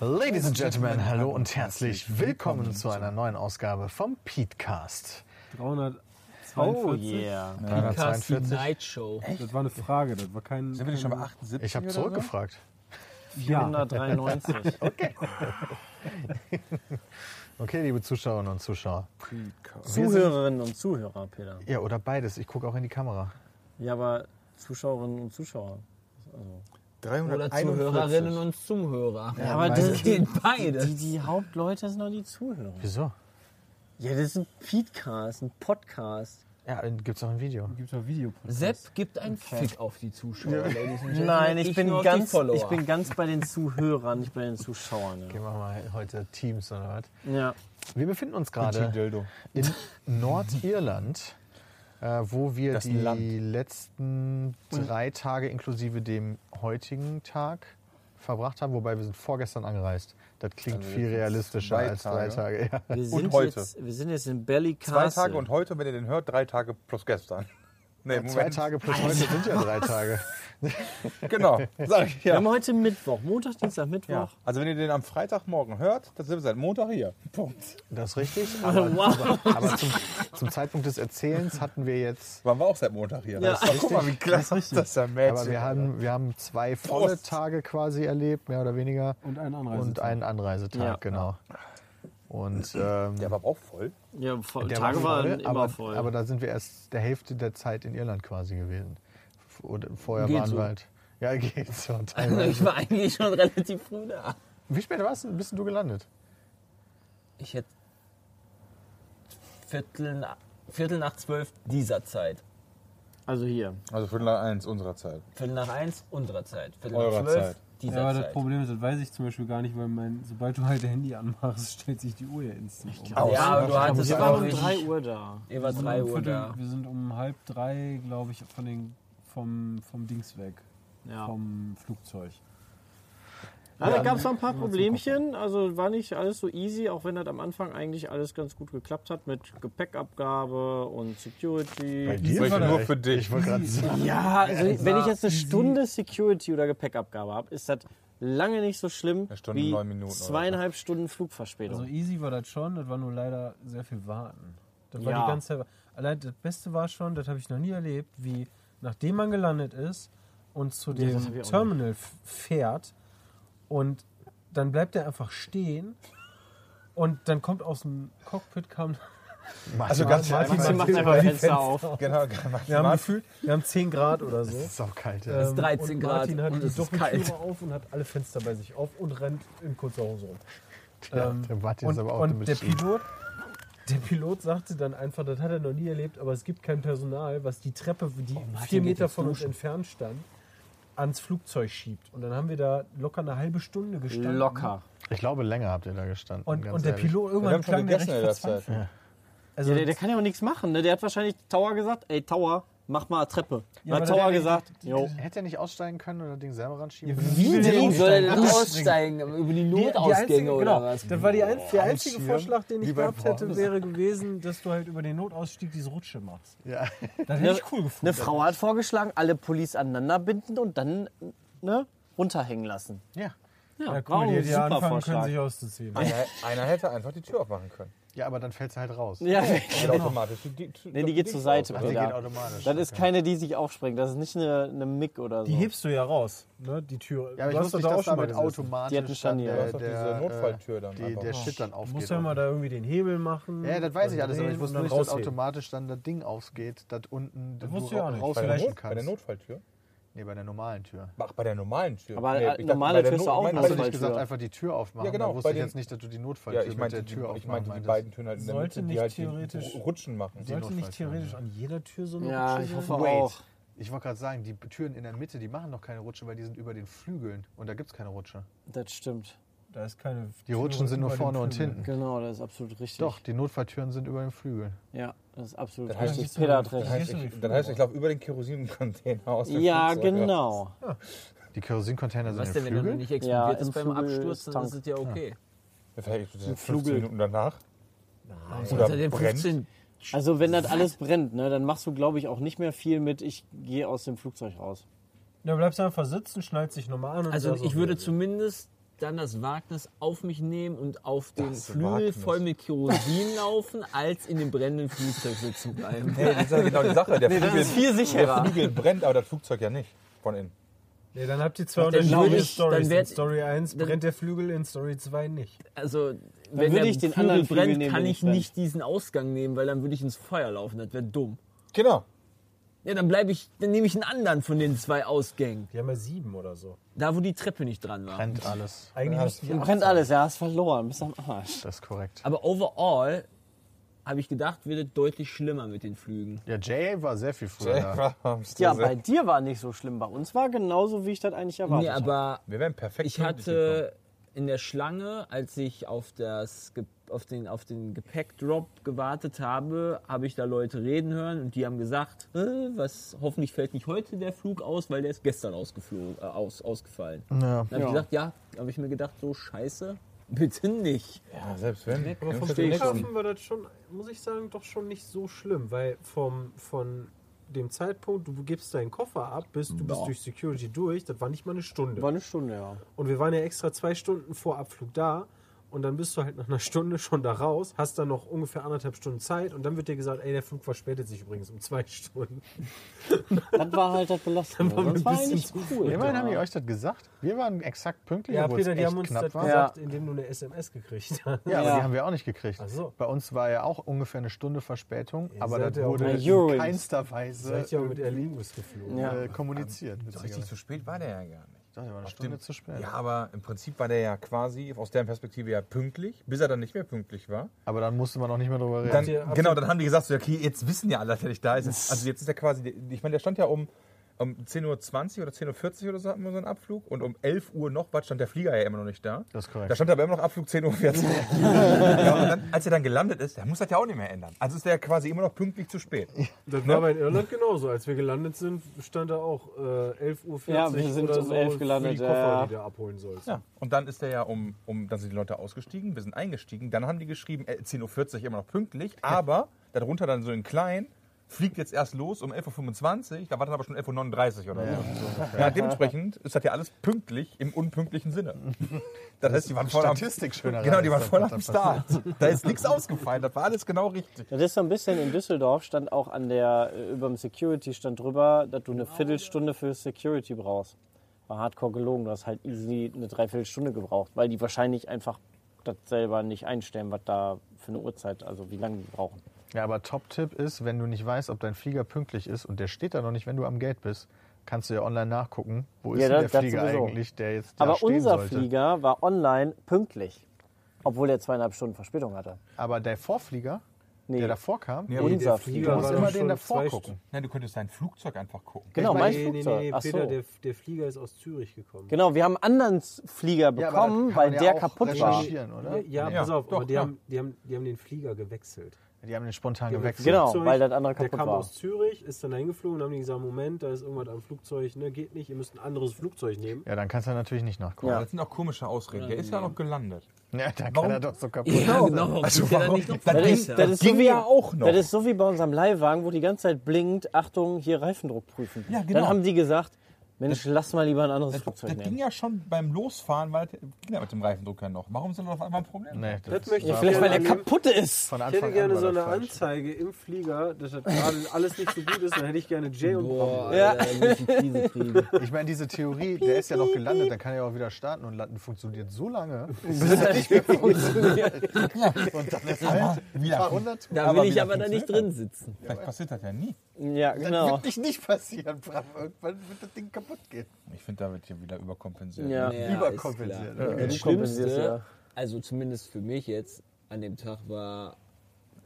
Ladies and Gentlemen, hallo und herzlich willkommen zu einer neuen Ausgabe vom Petecast. 342. Oh yeah. Podcast die 342. Night Show. Äh, Das war eine Frage, das war kein. Sind wir nicht schon bei 78? Ich habe oder zurückgefragt. Ja, 193. Okay, liebe Zuschauerinnen und Zuschauer. Zuhörerinnen und Zuhörer, Peter. Ja, oder beides. Ich gucke auch in die Kamera. Ja, aber Zuschauerinnen und Zuschauer. oder Zuhörerinnen und Zuhörer. Ja, aber das das geht Die, beides. die Hauptleute sind doch die Zuhörer. Wieso? Ja, das ist ein Podcast, ein Podcast. Ja, gibt's auch ein Video. Gibt ja Video. Sepp Sepp gibt einen Fick auf die Zuschauer, Ladies and Gentlemen. Nein, ich, bin nur auf die ganz, Follower. ich bin ganz bei den Zuhörern, nicht bei den Zuschauern. Wir machen mal heute Teams oder was. Ja. ja. Wir befinden uns gerade Dildo. in Nordirland, äh, wo wir Das die Land. letzten drei Tage inklusive dem heutigen Tag verbracht haben. Wobei wir sind vorgestern angereist. Das klingt Also viel jetzt realistischer zwei als drei Tage. Tage. Ja. Wir sind heute. Jetzt, wir sind jetzt in Ballycastle. Zwei Tage und heute, wenn ihr den hört, drei Tage plus gestern. Nee, Moment. Zwei Tage plus heute sind ja drei Tage. Genau, sag ich Wir ja. haben heute Mittwoch, Montag, Dienstag, ja. Mittwoch. Also wenn ihr den am Freitagmorgen hört, dann sind wir seit Montag hier. Punkt. Das ist richtig. Aber, Wow. aber, aber zum, zum Zeitpunkt des Erzählens hatten wir jetzt. Waren wir auch seit Montag hier. Ja. Das ist doch, guck mal, wie klasse ist das denn, Mädchen. Aber wir haben, wir haben zwei volle Prost. Tage quasi erlebt, mehr oder weniger. Und einen Anreiz. Und einen Anreisetag, Ja. genau. Und ähm, Der war aber auch voll. Ja, voll, der Tage war voll, waren immer aber, voll. aber da sind wir erst der Hälfte der Zeit in Irland quasi gewesen. F- Und vorher Geht waren so. wir halt. Ja, geht so. Also teilweise. ich war eigentlich schon relativ früh da. Wie spät warst du, bist denn du gelandet? Ich hätte Viertel, na- Viertel nach zwölf dieser Zeit. Also hier. Also Viertel nach eins unserer Zeit. Viertel nach eins unserer Zeit. Viertel Eurer nach zwölf Zeit. dieser Ja, aber das Zeit. Problem ist, das weiß ich zum Beispiel gar nicht, weil mein, sobald du halt dein Handy anmachst, stellt sich die Uhr ja instant um. ja, aber du hattest Wir Wir waren auch waren um richtig. 3 Uhr um da. Ihr wart drei Uhr da. Wir sind um halb drei, glaube ich, von den, vom, vom Dings weg. Ja. Vom Flugzeug. Ah, da gab es noch ein paar Problemchen. Also war nicht alles so easy, auch wenn das am Anfang eigentlich alles ganz gut geklappt hat mit Gepäckabgabe und Security. Das war nur vielleicht? für dich. Ich wollte gerade sagen. Ja, also wenn war ich jetzt eine Stunde Security oder Gepäckabgabe habe, ist das lange nicht so schlimm Eine Stunde, wie neun Minuten oder so. zweieinhalb Stunden Flugverspätung. Also easy war das schon, das war nur leider sehr viel Warten. Das war Ja. die ganze Zeit, allein das Beste war schon, das habe ich noch nie erlebt, wie nachdem man gelandet ist und zu Ja, das dem hab ich auch Terminal f- fährt und dann bleibt er einfach stehen und dann kommt aus dem Cockpit kam Also ganz Martin einfach. Sie macht einfach das Fenster auf. Genau, wir haben ganz gefühlt, wir haben 10 Grad oder so. Es ist auch kalt. Ja. Ähm, 13 und Grad Martin hat und die es ist Doppeltüre kalt. auf und hat alle Fenster bei sich auf und rennt in kurzer Hose rum. Ja, Ähm, der Martin ist und aber auch und damit der, schuld. Pilot, der Pilot sagte dann einfach, das hat er noch nie erlebt, aber es gibt kein Personal, was die Treppe, die vier Meter von uns entfernt stand, ans Flugzeug schiebt. Und dann haben wir da locker eine halbe Stunde gestanden. Locker. Ich glaube, länger habt ihr da gestanden. Und, ganz und der ehrlich. Pilot Wir irgendwann haben schon klang der gegessen in der recht Zeit. verzweifelt. Also Ja, der, der kann ja auch nichts machen. Ne? Der hat wahrscheinlich Tower gesagt, ey Tower, mach mal Treppe. Ja, hat aber Tower der- gesagt, jo. Hätte er nicht aussteigen können oder Ding selber ranschieben? Ja, können? wie will der denn aussteigen? Über die Die- die einzige- genau, Das war die ein, der einzige Schirm, Vorschlag, den wie ich bei gehabt hätte, Pornos. wäre gewesen, dass du halt über den Notausstieg diese Rutsche machst. Ja. Das Ne- hätte ich cool gefunden. Eine Frau hat vorgeschlagen, alle Pullis aneinander binden und dann ne, runterhängen lassen. ja. Ja, Ja, cool, die hätte ja anfangen können, Vorschlag. sich auszuziehen. Einer, einer hätte einfach die Tür aufmachen können. Ja, aber dann fällt sie halt raus. Ja, Geht automatisch. Die, die, nee, Also die geht zur Seite, Die geht Bruder. automatisch. Das ist keine, die sich aufspringt. Das ist nicht eine, eine Mick oder so. Die hebst du ja raus, ne? Die Tür. Genau. Ja, aber ich Du hast wusste doch nicht, da dass damit gesessen. automatisch Die hatten dann Scharnier. der, Du hast doch diese der, äh, Notfalltür dann die, einfach. der Shit dann aufgeht. Du musst ja immer da irgendwie den Hebel machen. ja, das weiß ich dann alles, aber ich drehen wusste und nicht, dann dass rausheben. automatisch dann das Ding aufgeht, das unten das wusste ich auch nicht. Bei der, Not, bei der kannst. Notfalltür? nee, bei der normalen Tür. Ach, bei der normalen Tür. Aber, ich äh, dachte, normale bei der Tür ist Not- auch ich meine, Hast du Notfall- nicht gesagt, Tür. einfach die Tür aufmachen? Ja, genau, Da wusste bei ich den- jetzt nicht, dass du die Ja, Notfalltür ich mit meinte, der die, Tür ich aufmachen meinte die meintest. beiden Türen halt in der Sollte Mitte, die nicht halt die theoretisch- Ru- Rutschen machen. Sollte nicht Notfalltür, theoretisch an jeder Tür so eine Ja, Rutsche ich sein? hoffe Wait. auch. Ich wollte gerade sagen, die Türen in der Mitte, die machen doch keine Rutsche, weil die sind über den Flügeln und da gibt es keine Rutsche. Das stimmt. Da ist keine Die Rutschen sind nur vorne und hinten. Genau, das ist absolut richtig. Doch, die Notfalltüren sind über den Flügeln. Ja, das ist absolut Das heißt, richtig. ich- Peter hat Das recht. heißt, ich, das heißt, ich laufe über den Kerosincontainer aus dem Ja, Flugzeug, genau. Die Kerosincontainer sind Was in den denn, wenn er noch Flügeln. nicht explodiert Äh, Ja, im ist beim Flügel Absturz, ist dann Tank. ist es ja okay. Ja, Vielleicht 15 Minuten danach. Unter Oder den brennt. 15 Also wenn das alles brennt, ne, dann machst du, glaube ich, auch nicht mehr viel mit, ich gehe aus dem Flugzeug raus. Da bleibst du einfach sitzen, schneidest dich nochmal an. Und Also sagst, ich würde okay. zumindest dann das Wagnis auf mich nehmen und auf den Flügel voll mit Kerosin laufen, als in dem brennenden Flugzeug sitzen bleiben. Nee, das ist ja genau die Sache. Der, Das Flügel, ist der viel sicherer. Flügel brennt, aber das Flugzeug ja nicht. Von innen. Nee, dann habt ihr zwei Dann unterschiedliche glaub ich, Stories. dann werd- In Story 1 dann- brennt der Flügel, in Story 2 nicht. Also, wenn würde der ich den Flügel anderen Flügel brennt, nehmen, kann wenn ich ich brennt. nicht diesen Ausgang nehmen, weil dann würde ich ins Feuer laufen. Das wäre dumm. Genau. Ja, dann bleibe ich, dann nehme ich einen anderen von den zwei Ausgängen. Die haben ja sieben oder so. Da, wo die Treppe nicht dran war. Brennt alles. Eigentlich müssten die acht Brennt alles, ja, hast verloren, bist am Arsch. Das ist korrekt. Aber overall habe ich gedacht, wird es deutlich schlimmer mit den Flügen. Ja, J.A. war sehr viel früher da. Ja, bei dir war nicht so schlimm, bei uns war genauso, wie ich das eigentlich erwartet Nee, habe. aber Wir wären perfekt. ich pünktlich hatte in der Schlange, als ich auf, das, Ge- auf den, auf den Gepäckdrop gewartet habe, habe ich da Leute reden hören und die haben gesagt, äh, was, hoffentlich fällt nicht heute der Flug aus, weil der ist gestern ausgeflogen, äh, aus, ausgefallen. Ja. Dann habe ich gesagt, ja, habe ich mir gedacht, so scheiße, bitte nicht. gekommen. Ja, selbst wenn. Aber vom Flughafen war das schon, muss ich sagen, doch schon nicht so schlimm, weil vom, von dem Zeitpunkt, du gibst deinen Koffer ab, bist, du bist durch Security durch, das war nicht mal eine Stunde. War eine Stunde, ja. Und wir waren ja extra zwei Stunden vor Abflug da. Und dann bist du halt nach einer Stunde schon da raus, hast dann noch ungefähr anderthalb Stunden Zeit und dann wird dir gesagt, ey, der Flug verspätet sich übrigens um zwei Stunden. Das war halt das Belastende. Dann war mir Sonst war ein bisschen eigentlich zu cool. Immerhin haben die euch das gesagt. Wir waren exakt pünktlich, Ja, obwohl es Peter, die echt haben uns knapp das war. gesagt, indem du eine SMS gekriegt hast. Ja, aber Ja. die haben wir auch nicht gekriegt. Ach so. Bei uns war ja auch ungefähr eine Stunde Verspätung, aber seid das ja auch wurde bei in Eurowings. keinster Weise Seid ja auch mit Air Lingus geflogen. Ja. äh, kommuniziert. Richtig witzigerweise. zu spät war der ja gar nicht. Ich dachte, der war eine Auf Stunde dem- zu spät. Ja, aber im Prinzip war der ja quasi aus deren Perspektive ja pünktlich, bis er dann nicht mehr pünktlich war. Aber dann musste man auch nicht mehr drüber reden. Dann, ihr- habt genau, ihr- dann haben die gesagt, so, okay, jetzt wissen ja alle, dass er nicht da ist. Also jetzt ist er quasi, ich meine, der stand ja um, um 10.20 Uhr oder 10.40 Uhr oder so hatten wir so einen Abflug und um 11 Uhr noch was stand der Flieger ja immer noch nicht da. Das ist korrekt. Da stand aber immer noch Abflug 10.40 Uhr. ja, und dann, als er dann gelandet ist, der muss das ja auch nicht mehr ändern. Also ist der quasi immer noch pünktlich zu spät. Das war aber in Irland genauso. Als wir gelandet sind, stand da auch äh, 11.40 Uhr Ja, wir sind oder um so 11 für gelandet, die Koffer, ja. die du abholen sollst. Ja, und dann ist der ja um, um dann sind die Leute ausgestiegen, wir sind eingestiegen, dann haben die geschrieben, äh, 10.40 Uhr immer noch pünktlich, aber darunter dann so in klein, fliegt jetzt erst los um 11.25 Uhr, da war dann aber schon 11.39 Uhr oder so. Ja, dementsprechend ist das ja alles pünktlich im unpünktlichen Sinne. Das heißt, die waren voll am, Statistik schöner genau, die Reise waren ist voll das, am was da Start. Da ist nichts ausgefallen, das war alles genau richtig. Das ist so ein bisschen in Düsseldorf, stand auch an der, äh, über dem Security stand drüber, dass du eine Viertelstunde für Security brauchst. War hardcore gelogen, du hast halt easy eine Dreiviertelstunde gebraucht, weil die wahrscheinlich einfach das selber nicht einstellen, was da für eine Uhrzeit, also wie lange die brauchen. Ja, aber Top-Tipp ist, wenn du nicht weißt, ob dein Flieger pünktlich ist und der steht da noch nicht, wenn du am Gate bist, kannst du ja online nachgucken, wo ist Ja, denn das- der das Flieger sowieso. eigentlich, der jetzt da Aber stehen unser sollte. Flieger war online pünktlich, obwohl er zweieinhalb Stunden Verspätung hatte. Aber der Vorflieger, Nee. der davor kam, Ja, aber unser der du Flieger. war musst doch immer den schon davor zwei gucken. Nein, du könntest dein Flugzeug einfach gucken. Genau, Ich mein meine, Nee, nee, Flugzeug. nee, Ach Peter, so. der, der Flieger ist aus Zürich gekommen. Genau, wir haben einen anderen Flieger Ja, aber das bekommen, kann weil man ja der auch kaputt war. recherchieren, Oder? ne? Ja, ja, Ja, pass auf, aber doch, die, ja. haben, die, haben, die haben den Flieger gewechselt. Die haben den spontan Die haben gewechselt. den Genau. Flugzeug- weil das andere Der kaputt kam war. aus Zürich, ist dann eingeflogen, haben die gesagt, Moment, da ist irgendwas am Flugzeug, ne, geht nicht, ihr müsst ein anderes Flugzeug nehmen. Ja, dann kannst du natürlich nicht nachgucken. Ja. Das sind auch komische Ausreden. Der ist ja noch gelandet. Ja, dann Warum? kann er doch so kaputt. Ja, genau. Also, warum? Das Ging- ist, das das, ist ging so wie, ja auch noch. das ist so wie bei unserem Leihwagen, wo die ganze Zeit blinkt, Achtung, hier Reifendruck prüfen. Ja, genau. Dann haben die gesagt, Mensch, lass mal lieber ein anderes Das, Flugzeug das ging nehmen. ja schon beim Losfahren, weil das ging ja mit dem Reifendrucker noch. Warum sind da auf einmal Probleme? Nee, das möchte ich war Vielleicht, weil Ja, er eben. kaputt ist. von Ich hätte Anfang gerne an so war eine das falsch. Anzeige im Flieger, dass das gerade alles nicht so gut ist, dann hätte ich gerne Jay und Boah. ja. Krise kriegen. Ich meine, diese Theorie, der ist ja noch gelandet, dann kann er auch wieder starten und landen funktioniert so lange, bis er nicht mehr funktioniert. Und dann ist halt wieder ein paar hundert. Da Aber will ich wieder aber da nicht drin sitzen. Vielleicht passiert das ja nie. Ja, Das genau. wird dich nicht passieren, Bram. Irgendwann wird das Ding kaputt gehen. Ich finde, da wird hier wieder überkompensiert. Ja. Ja, Überkompensiert. ist Ja. klar. Das Du kompensierst, Schlimmste, ja. also zumindest für mich jetzt, an dem Tag war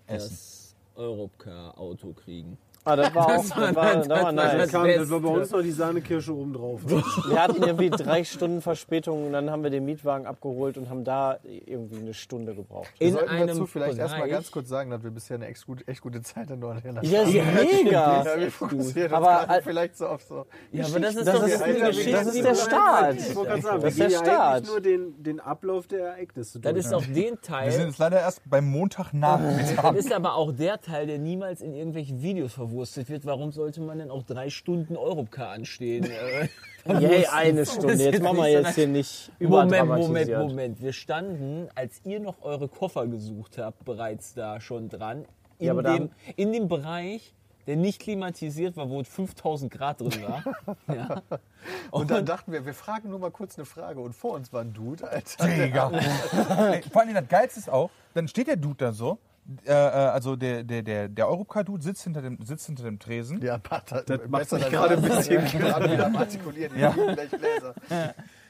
das Europcar-Auto kriegen. Ah, das war auch, das war, das war Das, nice. kam, das war bei uns noch die Sahnekirsche oben drauf. Wir hatten irgendwie drei Stunden Verspätung und dann haben wir den Mietwagen abgeholt und haben da irgendwie eine Stunde gebraucht. Wir In sollten dazu einem vielleicht erstmal Bereich- ganz kurz sagen, dass wir bisher eine echt gute, echt gute Zeit in Nordirland Ja, ist mega. Ja, wir fokussieren uns Aber gerade al- vielleicht so auf so. Ja, aber das ist Das doch ist, eine das Geschichte. ist der Start. Ich wollte gerade sagen, wir Das ist gehen der ja eigentlich Start. nur den, den Ablauf der Ereignisse Das ist auch den Wir sind Teil, jetzt leider erst beim Montagnachmittag. das ist aber auch der Teil, der niemals in irgendwelchen Videos verwurstet wird, warum sollte man denn auch drei Stunden Europcar anstehen? Äh, Yay, eine Stunde. Das Jetzt ist machen wir nicht so jetzt hier nicht Moment, Moment, überdramatisiert. Moment. Wir standen, als ihr noch eure Koffer gesucht habt, bereits da schon dran. In, aber da dem, in dem Bereich, der nicht klimatisiert war, wo es 5000 Grad drin war. ja. Und dann dachten wir, wir fragen nur mal kurz eine Frage. Und vor uns war ein Dude, Alter. Digga. Ey, Vor allem das Geilste ist auch, dann steht der Dude da so, äh, äh, also der, der, der, der Europcar-Dude sitzt hinter dem, sitzt hinter dem Tresen. Ja, Pat hat das macht Messer dann gerade ein bisschen gerade wieder am Artikulieren. Ja. Gleich Gläser.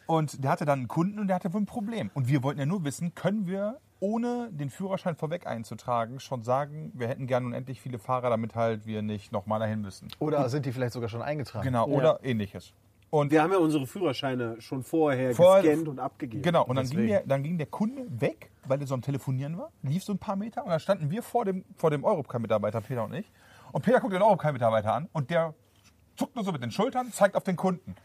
Und der hatte dann einen Kunden und der hatte wohl ein Problem. Und wir wollten ja nur wissen, können wir ohne den Führerschein vorweg einzutragen schon sagen, wir hätten gern unendlich viele Fahrer, damit halt wir nicht nochmal dahin müssen. Oder sind die vielleicht sogar schon eingetragen? Genau, oder ähnliches. Und Wir haben ja unsere Führerscheine schon vorher Vorher- gescannt und abgegeben. Genau, und dann ging, Deswegen. der, dann ging der Kunde weg, weil er so am Telefonieren war, lief so ein paar Meter und dann standen wir vor dem, vor dem Europcar-Mitarbeiter, Peter und ich. Und Peter guckt den Europcar-Mitarbeiter an und der zuckt nur so mit den Schultern, zeigt auf den Kunden.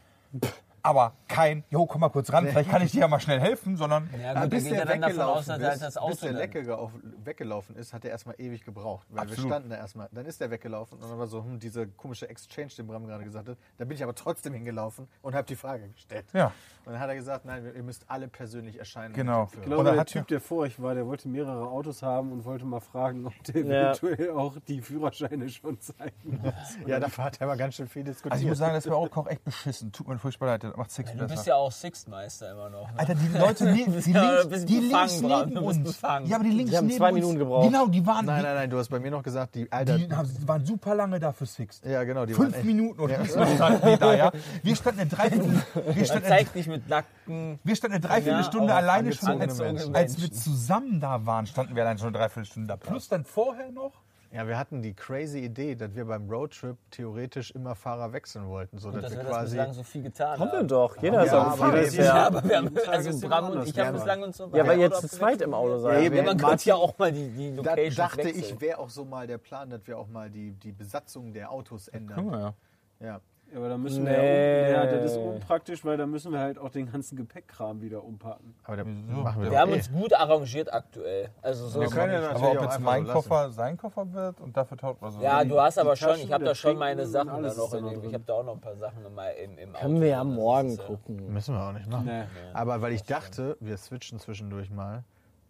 Aber kein, jo, komm mal kurz ran, vielleicht kann ich dir ja mal schnell helfen, sondern Ja, Ja, gut, da bis geht der er dann davon aus, dass weggelaufen er ist, das bis Auto der dann- Lecke auf, weggelaufen ist, hat er erstmal ewig gebraucht. Weil Absolut. wir standen da erstmal. Dann ist der weggelaufen und dann war so, hm, diese komische Exchange, den Bram gerade gesagt hat. Da bin ich aber trotzdem hingelaufen und habe die Frage gestellt. Ja. Und dann hat er gesagt, nein, ihr müsst alle persönlich erscheinen. Mit Genau. dem Ich Führer. Ich glaube, Oder der hat- Typ, der vor euch war, der wollte mehrere Autos haben und wollte mal fragen, ob der Ja. eventuell auch die Führerscheine schon zeigen muss. ja, dafür hat er aber ganz schön viel diskutiert. Also ich muss sagen, das ist bei Europcar auch echt beschissen. Tut mir furchtbar leid, das Ah, macht Six Du bist besser. ja auch Sixtmeister immer noch. Ne? Alter, die Leute, die, die Ja, du links, bist die befangen, links Bram, neben du bist uns. befangen. Ja, aber die links Die haben neben zwei uns- Minuten gebraucht. Genau, die waren, nein, nein, nein, du hast bei mir noch gesagt, die Alter. die, die waren super lange da für Six. ja, genau, die waren Fünf echt- Minuten oder was standen die da, ja? Wir standen eine Dreiviertel, wir Man standen eine, zeigt dich mit nackten. wir standen eine Dreiviertelstunde Ja, auch alleine schon, als, angezogene als, Menschen. wir zusammen da waren, standen wir alleine schon eine Dreiviertelstunde da. Plus dann vorher noch. Ja, wir hatten die crazy Idee, dass wir beim Roadtrip theoretisch immer Fahrer wechseln wollten, so dass Dass wir wir das quasi bislang so viel getan Haben wir haben. doch. Jeder ist Ja, auf dem aber wir- Fahrrad. Ja, Ja, aber wir haben, Tag ist also immer Bram und anders, ich haben gerne. bislang und so. ja, weil ihr zu zweit im Auto seid. Ja, man könnte ja auch mal die, die Da Location dachte wechseln. ich, wäre auch so mal der Plan, dass wir auch mal die, die Besatzung der Autos ändern. ja. Ja. Ja, aber da müssen wir Nee. ja, um, ja, das ist unpraktisch, weil da müssen wir halt auch den ganzen Gepäckkram wieder umpacken. Aber da machen wir Wir haben eh. uns gut arrangiert aktuell. Also so Wir können ja Aber ob natürlich auch jetzt einfach mein so lassen. Koffer sein Koffer wird und dafür taucht man so. ja, du hast aber schon, Taschen, ich habe der da schon Schinken meine und Sachen alles da noch ist da in noch dem, ich drin. habe da auch noch ein paar Sachen noch mal im, im Auto. Können wir ja drin. Das morgen ist, äh, gucken. Müssen wir auch nicht machen. Nee. Aber weil ich dachte, wir switchen zwischendurch mal,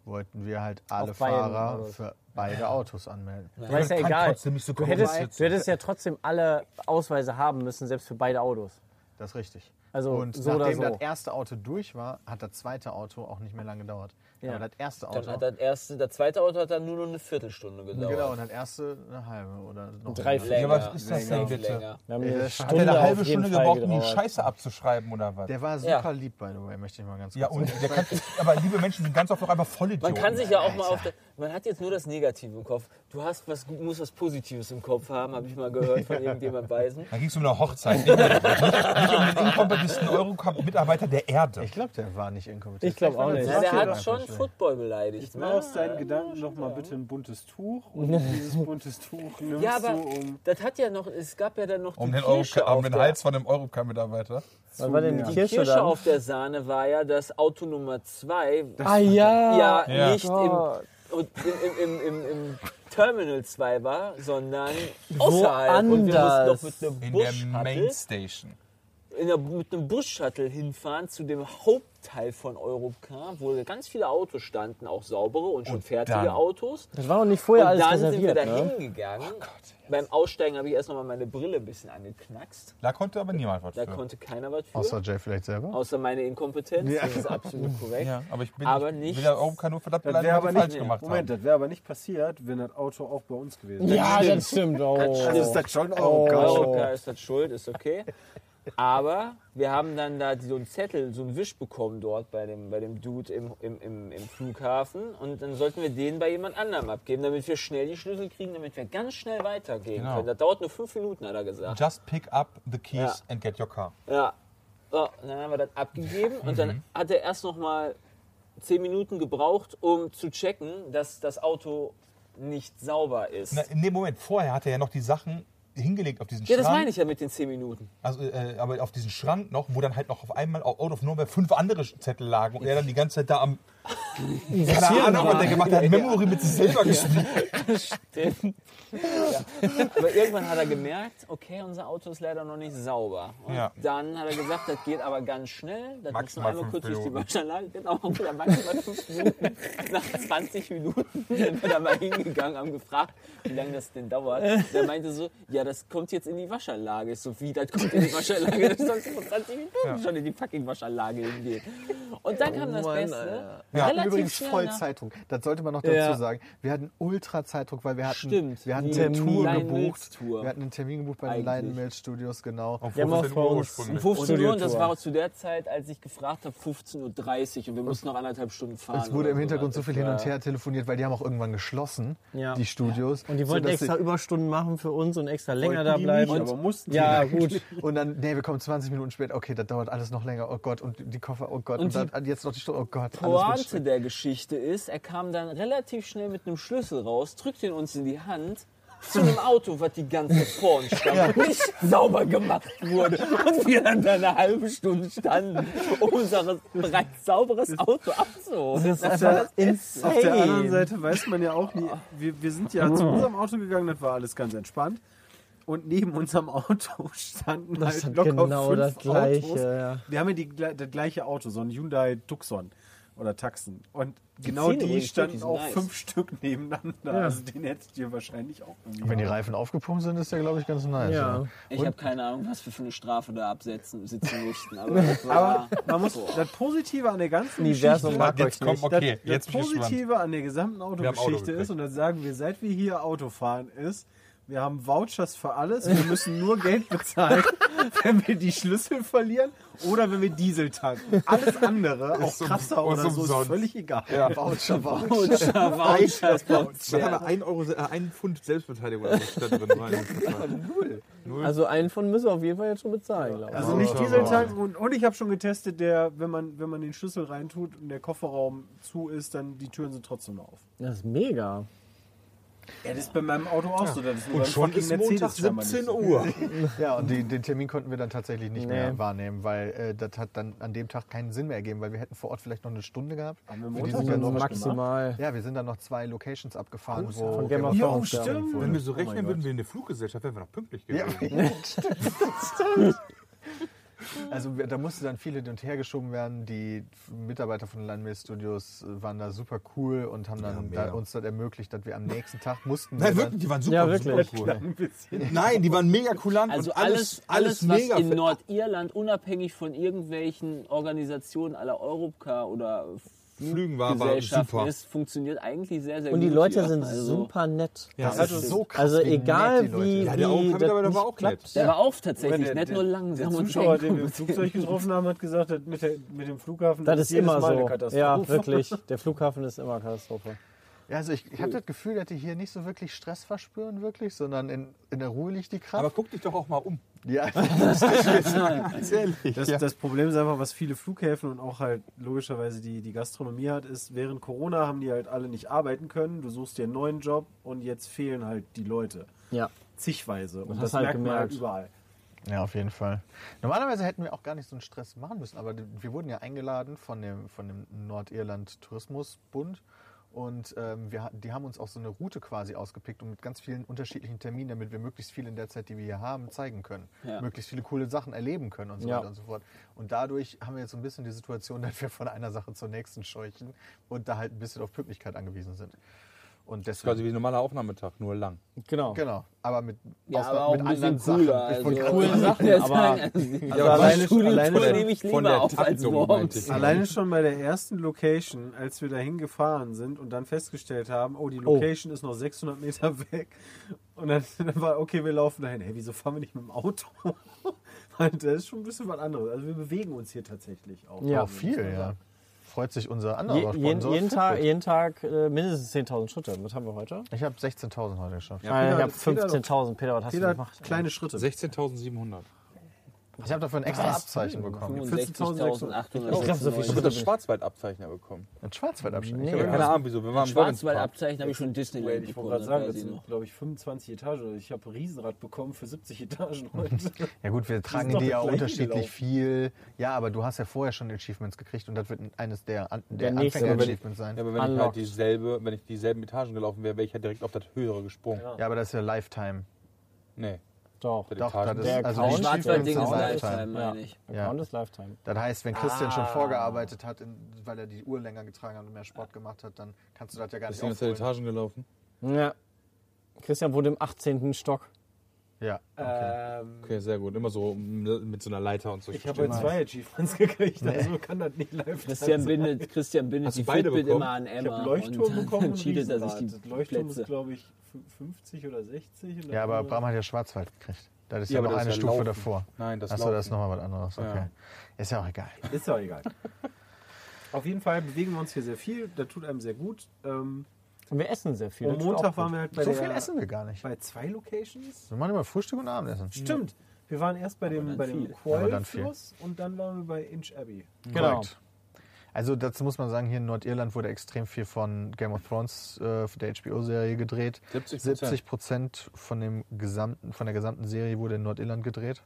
wollten wir halt alle Auf beiden Fahrer Autos. für beide Autos anmelden. Aber ist ja egal. trotzdem nicht so du, cool hättest, sitzen. du hättest ja trotzdem alle Ausweise haben müssen, selbst für beide Autos. Das ist richtig. Also und so oder nachdem so. das erste Auto durch war, hat das zweite Auto auch nicht mehr lange gedauert. Ja. Aber das erste Dann Auto. hat das erste, der zweite Auto hat dann nur noch eine Viertelstunde gedauert. genau, und das erste eine halbe oder noch Drei länger. Ja, Länger, was ist das denn safe bitte? länger. Wir haben eine das Hat der Stunde eine halbe auf jeden Stunde Fall gebraucht, um die gedauert. Scheiße abzuschreiben oder was? Der war super Ja. lieb, by the way, möchte ich mal ganz kurz Ja, und sagen. der kann, aber liebe Menschen sind ganz oft auch einfach Vollidioten. Man kann sich ja auch mal auf der, man hat jetzt nur das Negative im Kopf. Du hast was, du musst was Positives im Kopf haben, habe ich mal gehört von irgendjemand Weisen. Da ging es um eine Hochzeit. nicht, nicht um den inkompetesten Eurocup-Mitarbeiter der Erde. Ich glaube, der war nicht inkompetent. Ich glaub auch nicht. Ja, der Vielleicht war hat das schon Saskia einfach Football beleidigt. Jetzt ne? mach aus deinen Gedanken noch mal bitte ein buntes Tuch und dieses buntes Tuch nimmst Ja, aber du um. das hat ja noch, es gab ja dann noch die um den, Kirsche Eurocup, um auf den der- Hals von einem Eurocup-Mitarbeiter. Was war denn die Ja. Die Kirsche, Kirsche dann? auf der Sahne war ja, dass Auto Nummer 2 ah ja. Oh. ja, Ja. nicht Gott. im, und im, im, im, im, im Terminal 2 war, sondern außerhalb. Und wir Woanders. mussten doch mit einem In der Main Bus-Shuttle Station. in der, mit einem Bus-Shuttle hinfahren zu dem Hauptteil von Europcar, wo ganz viele Autos standen, auch saubere und schon fertige dann? Autos. Das war doch nicht vorher und alles dann sind wir reserviert, da ne? hingegangen. Beim Aussteigen habe ich erst noch mal meine Brille ein bisschen angeknackst. Da konnte aber niemand was Da für. konnte keiner was für. Außer Jay vielleicht selber. Außer meine Inkompetenz, das ist absolut korrekt. Ja, aber ich bin Aber ich nicht- will ja Eurocup nur für das Das beleidigen, wäre was aber wir falsch nicht, gemacht Moment, haben. das wäre aber nicht passiert, wenn das Auto auch bei uns gewesen wäre. Ja, das stimmt. Oh. ist das schon Oh. Europcar ist das schuld, ist okay. Aber wir haben dann da so einen Zettel, so einen Wisch bekommen dort bei dem, bei dem Dude im, im, im, im Flughafen. Und dann sollten wir den bei jemand anderem abgeben, damit wir schnell die Schlüssel kriegen, damit wir ganz schnell weitergehen Genau. können. Das dauert nur fünf Minuten, hat er gesagt. Just pick up the keys Ja. and get your car. Ja. So, dann haben wir das abgegeben und Mhm. dann hat er erst noch mal zehn Minuten gebraucht, um zu checken, dass das Auto nicht sauber ist. Na, in dem Moment, vorher hat er ja noch die Sachen hingelegt auf diesen ja, Schrank. das meine ich ja mit den zehn Minuten. Also, äh, aber auf diesen Schrank noch, wo dann halt noch auf einmal out of nowhere fünf andere Zettel lagen und er dann die ganze Zeit da am Keine Ahnung, was der gemacht hat. Memory mit sich selber gespielt. Stimmt. Ja. Aber irgendwann hat er gemerkt, okay, unser Auto ist leider noch nicht sauber. Und Ja. dann hat er gesagt, das geht aber ganz schnell. Das müssen wir Maximal einmal fünf kurz durch die Minuten. Waschanlage. Genau, und dann maximal fünf Minuten. Nach 20 Minuten sind wir da mal hingegangen, haben gefragt, wie lange das denn dauert. Der meinte so, ja, das kommt jetzt in die Waschanlage. Ich so, wie, das kommt in die Waschanlage? Das soll vor 20 Minuten schon in die fucking Waschanlage hingehen. Und dann kam das Oh Mann, Beste. Alter. Wir hatten relativ übrigens schnell voll nach- Zeitdruck. Das sollte man noch dazu Ja. sagen. Wir hatten Ultra-Zeitdruck, weil wir hatten, Stimmt. wir hatten Die eine Tour Lion Mills gebucht. Tour. Wir hatten einen Termin gebucht bei den Eigentlich. Lion Mills Studios, genau. Auf Wir haben Fotos auch sind vor nur uns ursprünglich. ein Und nur, und das Studio-Tour. war zu der Zeit, als ich gefragt habe, 15.30 Uhr und wir mussten noch anderthalb Stunden fahren. Es wurde oder ne? im Hintergrund so Das viel hin und war- her telefoniert, weil die haben auch irgendwann geschlossen, Ja. die Studios. Und die wollten sodass extra sie- Überstunden machen für uns und extra länger da bleiben. nicht, Und- aber mussten ja, gut. Und dann, nee, wir kommen 20 Minuten später, okay, das dauert alles noch länger, oh Gott, und die Koffer, oh Gott, und, Und die dann, jetzt noch die Stunde, oh Gott, alles wird Pointe schlimm. der Geschichte ist, er kam dann relativ schnell mit einem Schlüssel raus, drückt ihn uns in die Hand zu einem Auto, was die ganze vorn stand, nicht sauber gemacht wurde. Und wir dann da eine halbe Stunde standen, um unser bereits sauberes Auto abzuholen. Das Das war insane. Auf der anderen Seite weiß man ja auch nie, wir, wir sind ja zu unserem Auto gegangen, das war alles ganz entspannt. Und neben unserem Auto standen Das halt hat locker genau fünf das Gleiche, Autos. ja. Wir haben ja die, gle- das gleiche Auto, so ein Hyundai Tucson oder Taxen. Und genau Zähne die übrigens, die standen sind auch nice. fünf Stück nebeneinander. Also den hättet ihr wahrscheinlich auch irgendwie. Wenn die Reifen aufgepumpt sind, ist der, glaube ich, ganz nice. Ja. Ich habe keine Ahnung, was wir für eine Strafe da absetzen sitzen mussten. Aber, das Aber war, man muss das Positive an der ganzen Universum Geschichte mag Jetzt euch kommt, nicht. Das, okay, das jetzt bin ich gespannt. Positive an der gesamten Wir haben Auto Autogeschichte gekriegt. ist, und das sagen wir, seit wir hier Auto fahren, ist, wir haben Vouchers für alles, wir müssen nur Geld bezahlen, wenn wir die Schlüssel verlieren oder wenn wir Diesel tanken. Alles andere, Ist auch um- krasser ist oder so, ist umsonst. völlig egal. Ja. Voucher, Voucher. Was haben wir? 1 Euro, äh, ein Pfund Selbstbeteiligung oder was da drin rein? Null. Null. Also einen von müssen wir auf jeden Fall jetzt schon bezahlen, glaube ich. Also nicht Diesel tanken und, und ich habe schon getestet, der, wenn man, wenn man den Schlüssel reintut und der Kofferraum zu ist, dann die Türen sind trotzdem noch auf. das ist mega. Ja, das ist bei meinem Auto auch so. Das ist nur Und beim schon fucking ist Mercedes Montag scheinbar nicht 17 so. Uhr. Ja, und die, den Termin konnten wir dann tatsächlich nicht mehr wahrnehmen, weil äh, das hat dann an dem Tag keinen Sinn mehr ergeben, weil wir hätten vor Ort vielleicht noch eine Stunde gehabt. Haben wir Für Montag diesen ganzen- noch was Maximal. Ja, wir sind dann noch zwei Locations abgefahren, wo Von Game of Ja, Thrones. Ja, ja. stimmt. Wenn wir so rechnen würden wie in der Fluggesellschaft, wären wir noch pünktlich gewesen. Also wir, da musste dann viele hin und her geschoben werden. Die Mitarbeiter von Landmail Studios äh, waren da super cool und haben dann mega. da, uns das ermöglicht, dass wir am nächsten Tag mussten. wir Nein, dann- wirklich, die waren super, Ja, wirklich. super cool. Nein, die waren mega kulant Also und alles, alles, was mega in fit. Nordirland unabhängig von irgendwelchen Organisationen aller Europcar oder Flügen war- war Fluggesellschaften super. ist, funktioniert eigentlich sehr, sehr Und gut. die Leute hier. sind Also, super nett. Das Ja, ist so krass, Also wie nett die egal Leute wie, sind. Ja, wie der Hm, Aufgabe das dabei war nicht auch nett. Der war auf Wenn tatsächlich, der- nicht nur der- langsam Der und Zuschauer, eng. den wir im Flugzeug getroffen haben, hat gesagt, das mit, der, mit dem Flughafen Das ist immer Mal eine so. Ja, Katastrophe. wirklich. Der Flughafen ist immer Katastrophe. Ja, also ich, ich habe das Gefühl, dass die hier nicht so wirklich Stress verspüren, wirklich, sondern in, in der Ruhe liegt die Kraft. Aber guck dich doch auch mal um. ja, Das, das Problem ist einfach, was viele Flughäfen und auch halt logischerweise die, die Gastronomie hat, ist, während Corona haben die halt alle nicht arbeiten können. Du suchst dir einen neuen Job und jetzt fehlen halt die Leute. Ja. Zigweise. Und das, hast halt merkt man halt überall. gemerkt. ja, auf jeden Fall. Normalerweise hätten wir auch gar nicht so einen Stress machen müssen, aber die- wir wurden ja eingeladen von dem, von dem Nordirland Tourismusbund. Und ähm, wir, ha- die haben uns auch so eine Route quasi ausgepickt und mit ganz vielen unterschiedlichen Terminen, damit wir möglichst viel in der Zeit, die wir hier haben, zeigen können. Ja. Möglichst viele coole Sachen erleben können und so Ja. weiter und so fort. Und dadurch haben wir jetzt so ein bisschen die Situation, dass wir von einer Sache zur nächsten scheuchen und da halt ein bisschen auf Pünktlichkeit angewiesen sind. Und deswegen Quasi wie ein normaler Aufnahmetag, nur lang. Genau. Genau, aber mit, Ja, aus- aber auch mit ein anderen bisschen cooler. Sachen. Ich Also, wollte gerade coole sagen, Sachen, aber also alleine- Studientour alleine schon nehme ich von der lieber auf als Taktung, meinte morgens. ich. Alleine schon bei der ersten Location, als wir dahin gefahren sind und dann festgestellt haben, oh, die Location ist noch 600 Meter weg. Und dann, dann war, okay, wir laufen dahin. Hey, wieso fahren wir nicht mit dem Auto? Weil das ist schon ein bisschen was anderes. Also wir bewegen uns hier tatsächlich auch. Ja. auch viel, ja. Freut sich unser Je, anderer jeden, Sponsor. jeden Tag, jeden Tag äh, mindestens 10.000 Schritte. Was haben wir heute? Äh, Ich habe 16.000 heute geschafft. Nein, Peter, ich habe Peter- 15.000. Peter, was hast du Jeder gemacht? kleine Schritte. 16.700. Ich habe dafür ein extra Abzeichen bekommen. 65.800. Ich glaub, so viel habe das Schwarzwaldabzeichen ja bekommen. Ein Schwarzwaldabzeichen. Ich habe keine Ahnung, wieso. Wir waren im Schwarzwald Schwarzwaldabzeichen habe ich schon Disneyland Ich wollte gerade bekommen. sagen, das das weiß ich sind, noch. glaube ich, 25 Etagen. Ich habe Riesenrad bekommen für 70 Etagen heute. Ja gut, wir tragen doch die ja gleich unterschiedlich gelaufen. viel. Ja, aber du hast ja vorher schon Achievements gekriegt und das wird eines der, An der nächste, aber wenn ich- Anfänger-Achievements sein. Ja, Ja, aber wenn ich halt Unlocked. dieselbe, wenn ich dieselben Etagen gelaufen wäre, wäre ich halt direkt auf das höhere gesprungen. Ja. aber das ist ja Lifetime. Nee. Doch, Das Doch, Etagen. das Der ist, also die Count- Achievements Schwarzwaldding sind ist Lifetime, Lifetime. meine ich. Ja. Account ist Lifetime. Das heißt, wenn Christian schon vorgearbeitet hat, in, weil er die Uhr länger getragen hat und mehr Sport gemacht hat, dann kannst du das ja gar nicht Deswegen ist er aufholen. Etagen gelaufen. Ja. Christian wohnt im 18. Stock. Ja, Ähm, Okay, sehr gut. Immer so mit so einer Leiter und so. ich habe heute zwei Achievements gekriegt, also kann das nicht live Christian bindet, Christian bindet Hast die du beide Fitbit bekommen? immer an Ich Emma. habe Leuchtturm und bekommen dann und cheatet er sich Riesenrad. die Das Leuchtturm Plätze. ist, glaube ich, fü- 50 oder 60. und ja aber andere- Bram hat ja Schwarzwald gekriegt. Das ist Äh. Ja, ja, aber noch das eine ist ja Stufe Laufen. davor. Nein, das Achso, das ist Laufen. nochmal was anderes. Okay. Ist ja auch egal. Ist ja auch egal. Auf jeden Fall bewegen wir uns hier sehr viel. Das tut einem sehr gut. Ähm, Und wir essen sehr viel. am das tut auch Montag gut. waren wir halt bei So der, viel essen wir gar nicht. bei zwei Locations. Wir machen immer Frühstück und Abendessen. Stimmt. Wir waren erst bei dem, dann bei dem viel. Aber dann viel. Quellfluss und dann waren wir bei Inch Abbey. Genau. Korrekt. Also dazu muss man sagen, hier in Nordirland wurde extrem viel von Game of Thrones, äh, der HBO-Serie gedreht. 70%. 70 Prozent von, dem gesamten, von der gesamten Serie wurde in Nordirland gedreht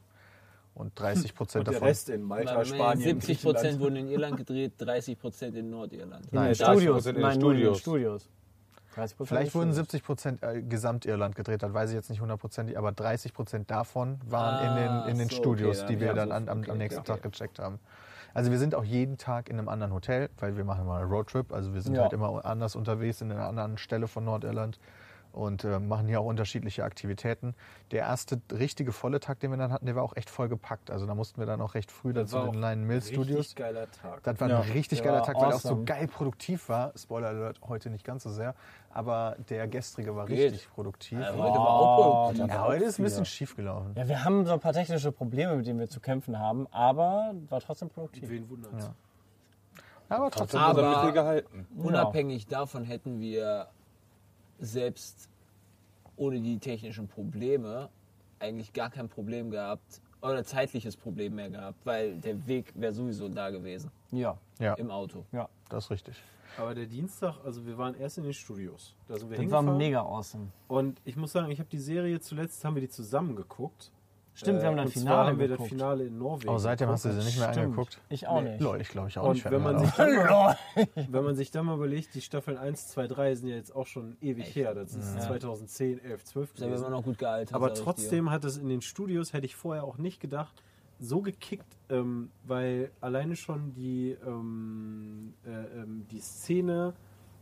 und 30 Prozent Und der davon. Rest in Malta, Aber Spanien, 70 Prozent wurden in Irland gedreht, 30 Prozent in Nordirland. In den Nein, Studios. 30% in den Nein, nur in den Studios. Studios. 30% Vielleicht wurden Studios. 70 Prozent äh, Gesamtirland gedreht, das weiß ich jetzt nicht hundertprozentig, aber 30 Prozent davon waren Ah, in den, in den so, Studios, okay, die dann- wir ja, dann so, an, am, okay, am nächsten okay. Tag gecheckt haben. Also wir sind auch jeden Tag in einem anderen Hotel, weil wir machen mal einen Roadtrip. Also wir sind Ja. halt immer anders unterwegs in einer anderen Stelle von Nordirland und äh, machen hier auch unterschiedliche Aktivitäten. Der erste richtige volle Tag, den wir dann hatten, der war auch echt voll gepackt. Also da mussten wir dann auch recht früh dann zu war den auch Lion Mill Studios. Richtig geiler Tag. Das war ein richtig der geiler war Tag, weil er auch so awesome. geil produktiv war. Spoiler Alert, heute nicht ganz so sehr. Aber der gestrige war Geht. richtig produktiv. Heute war auch produktiv. ja, heute ist ein bisschen schief gelaufen. Ja, wir haben so ein paar technische Probleme, mit denen wir zu kämpfen haben, aber war trotzdem produktiv. Wen wundert's? Aber trotzdem. Aber- Aber Mittel gehalten. Unabhängig davon hätten wir selbst ohne die technischen Probleme eigentlich gar kein Problem gehabt oder zeitliches Problem mehr gehabt, weil der Weg wäre sowieso da gewesen Ja. Ja, im Auto. das ist richtig. Aber der Dienstag, also wir waren erst in den Studios. Da sind wir Das war hingefahren. mega awesome. Und ich muss sagen, ich habe die Serie zuletzt, haben wir die zusammen geguckt. Stimmt, wir haben Äh, dann und zwar Finale haben wir geguckt. das Finale in Norwegen. Aber Oh, seitdem hast du sie nicht mehr Stimmt. angeguckt. Ich auch nicht. Lol, ich glaube ich auch Und nicht. wenn man, mehr sich drauf. dann mal, Lol. wenn man sich dann mal überlegt, die Staffeln 1, 2, 3 sind ja jetzt auch schon ewig her. Das ist 2010, 11, 12 Da wäre immer gewesen. noch gut gealtert. Aber sag ich trotzdem hat es in den Studios, hätte ich vorher auch nicht gedacht, so gekickt, ähm, weil alleine schon die, ähm, äh, ähm, die Szene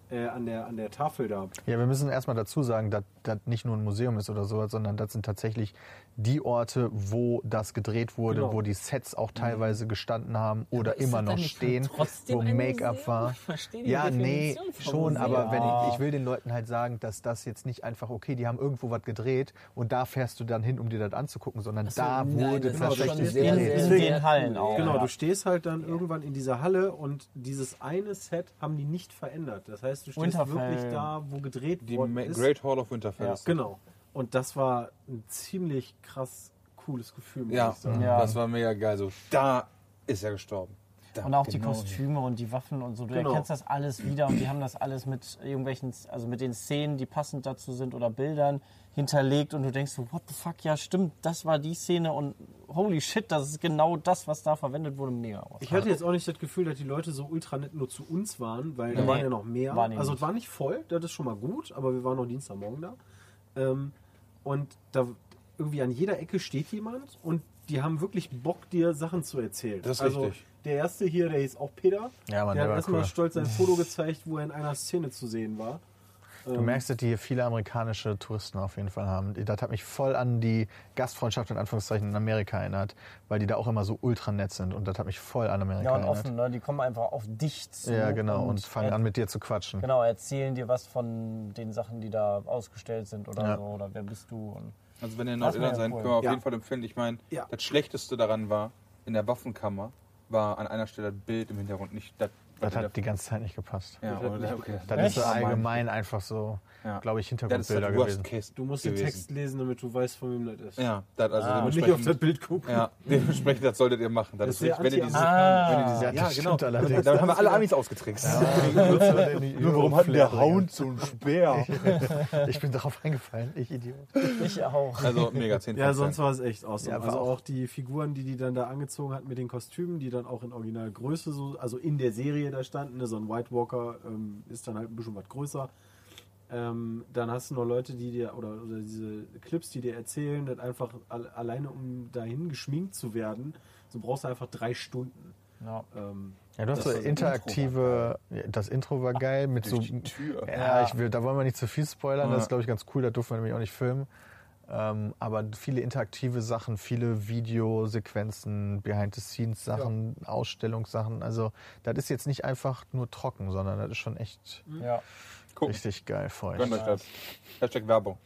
äh, an, der, an der Tafel da. Ja, wir müssen erstmal dazu sagen, dass das nicht nur ein Museum ist oder sowas, sondern das sind tatsächlich die Orte, wo das gedreht wurde, Genau. wo die Sets auch teilweise gestanden haben oder Mhm. ist immer das noch dann nicht stehen, trotzdem wo ein Make-up Museum? war. Ich verstehe die ja, nee, Definition vom schon, Museum. aber wenn ich, ich will den Leuten halt sagen, dass das jetzt nicht einfach, okay, die haben irgendwo was gedreht und da fährst du dann hin, um dir das anzugucken, sondern so, da nein, wurde das ist schon tatsächlich sehr, gedreht. sehr- In den Hallen auch. Genau, ja. du stehst halt dann irgendwann in dieser Halle und dieses eine Set haben die nicht verändert. Das heißt, du stehst Winterfell. wirklich da, wo gedreht Die worden Ma- ist. Great Hall of Winterfell. Ja. ist das. Genau. Und das war ein ziemlich krass cooles Gefühl, muss Ja, ich sagen. Ja. das war mega geil. So, da ist er gestorben. Da, Und auch die genau. Kostüme und die Waffen und so. Du Genau. erkennst das alles wieder und die haben das alles mit irgendwelchen, also mit den Szenen, die passend dazu sind oder Bildern hinterlegt und du denkst so, what the fuck, ja stimmt, das war die Szene und holy shit, das ist genau das, was da verwendet wurde, mega aus. Ich hatte jetzt auch nicht das Gefühl, dass die Leute so ultra nett nur zu uns waren, weil da Nee, waren ja noch mehr. waren die also es nicht. war nicht voll, das ist schon mal gut, aber wir waren noch Dienstagmorgen da. Ähm, und da irgendwie an jeder Ecke steht jemand und die haben wirklich Bock, dir Sachen zu erzählen. Das ist also richtig. der erste hier, der hieß auch Peter, Ja, Mann, der der hat war erstmal cool. stolz sein Foto gezeigt, wo er in einer Szene zu sehen war. Du merkst, dass die hier viele amerikanische Touristen auf jeden Fall haben. Das hat mich voll an die Gastfreundschaft in Anführungszeichen in Amerika erinnert, weil die da auch immer so ultra nett sind und das hat mich voll an Amerika Ja, und erinnert. offen, ne? die kommen einfach auf dich zu. Ja, genau, und, fangen er- an mit dir zu quatschen. Genau, erzählen dir was von den Sachen, die da ausgestellt sind oder Ja. so, oder wer bist du. Und Also wenn ihr in Das wär Nordirland ja seid, cool. können wir auf Ja. jeden Fall empfehlen. Ich meine, Ja. das Schlechteste daran war, in der Waffenkammer war an einer Stelle das Bild im Hintergrund nicht das Das hat die ganze Zeit nicht gepasst. Ja, oder? Okay. Das ist so allgemein einfach so, Ja. glaube ich, Das ist halt Hintergrundbilder der gewesen. Worst Case. Du musst den gewesen. Text lesen, damit du weißt, von wem das ist. Ja, das, also Und nicht auf das dementsprechend. Bild gucken. Ja, dementsprechend, das solltet ihr machen. Das, Das Ah, ist ist sehr wichtig, wenn ihr dieses. anti-amerikanisch. Ah. wenn ihr dieses Ja, das stimmt allerdings. Dann haben wir alle Amis ausgetrickst. Nur um so einen Speer? Ich bin darauf eingefallen, ich Idiot. Ich auch. Also mega 10 Ja, sonst war es echt awesome. Ja, war also auch- auch die Figuren, die die dann da angezogen hat mit den Kostümen, die dann auch in Originalgröße so, also in der Serie da standen. Ne? So ein White Walker ähm, ist dann halt ein bisschen was größer. Ähm, dann hast du noch Leute, die dir, oder, oder diese Clips, die dir erzählen, das einfach alle- alleine, um dahin geschminkt zu werden, so brauchst du einfach drei Stunden. Ja. Ähm, Ja, du hast so Das interaktive, ja, das Intro war geil mit so. Durch die Tür. Ja, Ja. ich will, da wollen wir nicht zu viel spoilern, das Ja. ist, glaube ich, ganz cool, da durften wir nämlich auch nicht filmen. Ähm, aber viele interaktive Sachen, viele Videosequenzen, Behind-the-Scenes-Sachen, Ausstellungssachen. Also, das ist jetzt nicht einfach nur trocken, sondern das ist schon echt Ja. Gucken. richtig geil, feucht. Gönnt euch das. Hashtag Werbung.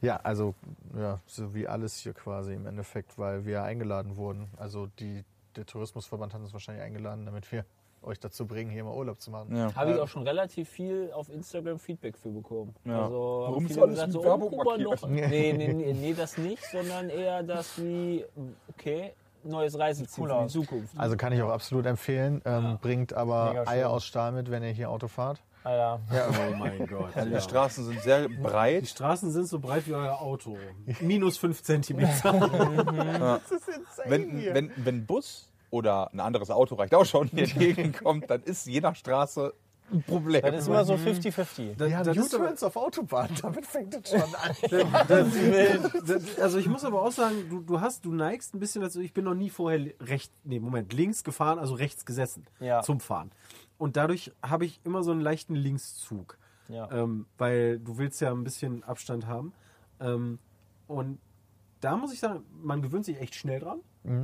Ja, also ja, so wie alles hier quasi im Endeffekt, weil wir eingeladen wurden. Also die, der Tourismusverband hat uns wahrscheinlich eingeladen, damit wir euch dazu bringen, hier mal Urlaub zu machen. Ja. Habe ich auch schon relativ viel auf Instagram Feedback für bekommen. Ja. Also Warum haben ist viele alles mit Werbung guck mal markiert? noch. Nee, nee, nee, nee, das nicht, sondern eher das wie, okay, neues Reiseziel Cool für die aus. Zukunft. Also kann ich auch absolut empfehlen. Ähm, Bringt aber Mega schön. Eier aus Stahl mit, wenn ihr hier Auto fahrt. Ah, ja. oh mein Gott. Also ja. die Straßen sind sehr Die breit. Straßen sind so breit wie euer Auto. Minus fünf Zentimeter. Wenn, wenn, wenn ein Bus oder ein anderes Auto reicht auch schon hier entgegenkommt, dann ist je nach Straße ein Problem. Das ist immer so 50-50. Das- Wir haben das ist aber- U-Turns auf Autobahnen, damit fängt es schon an. Das- das- also ich muss aber auch sagen, du, du hast, du neigst ein bisschen dazu, ich bin noch nie vorher li- rechts, nee, Moment, links gefahren, also rechts gesessen Ja. zum Fahren. Und dadurch habe ich immer so einen leichten Linkszug. Ja. Ähm, weil du willst ja ein bisschen Abstand haben. Ähm, und da muss ich sagen, man gewöhnt sich echt schnell dran.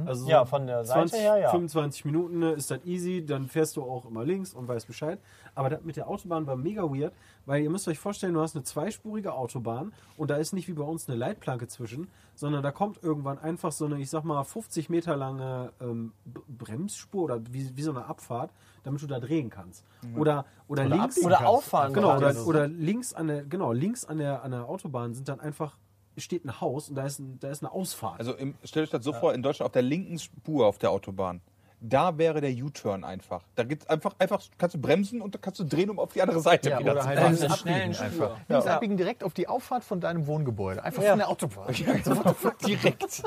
Also so Mhm. Ja, von der Seite 20, her, ja. 25 Minuten ne, ist das easy, dann fährst du auch immer links und weißt Bescheid. Aber das mit der Autobahn war mega weird, weil ihr müsst euch vorstellen, du hast eine zweispurige Autobahn und da ist nicht wie bei uns eine Leitplanke zwischen, sondern da kommt irgendwann einfach so eine, ich sag mal, 50 Meter lange ähm, B- Bremsspur oder wie, wie so eine Abfahrt, damit du da drehen kannst. Oder, Mhm. oder, links. abbiegen Oder kannst. auffahren. Genau, gerade. oder, oder links an der, genau, links an der, an der Autobahn sind dann einfach, steht ein Haus und da ist, ein, da ist eine Ausfahrt. Also im, stellt euch das so vor, in Deutschland auf der linken Spur auf der Autobahn. Da wäre der U-Turn einfach. Da gibt's einfach, einfach kannst du bremsen und dann kannst du drehen, um auf die andere Seite wieder zu halt Auf links einer halt abbiegen, schnellen Spur. links abbiegen direkt auf die Auffahrt von deinem Wohngebäude. Einfach von der Autobahn. direkt.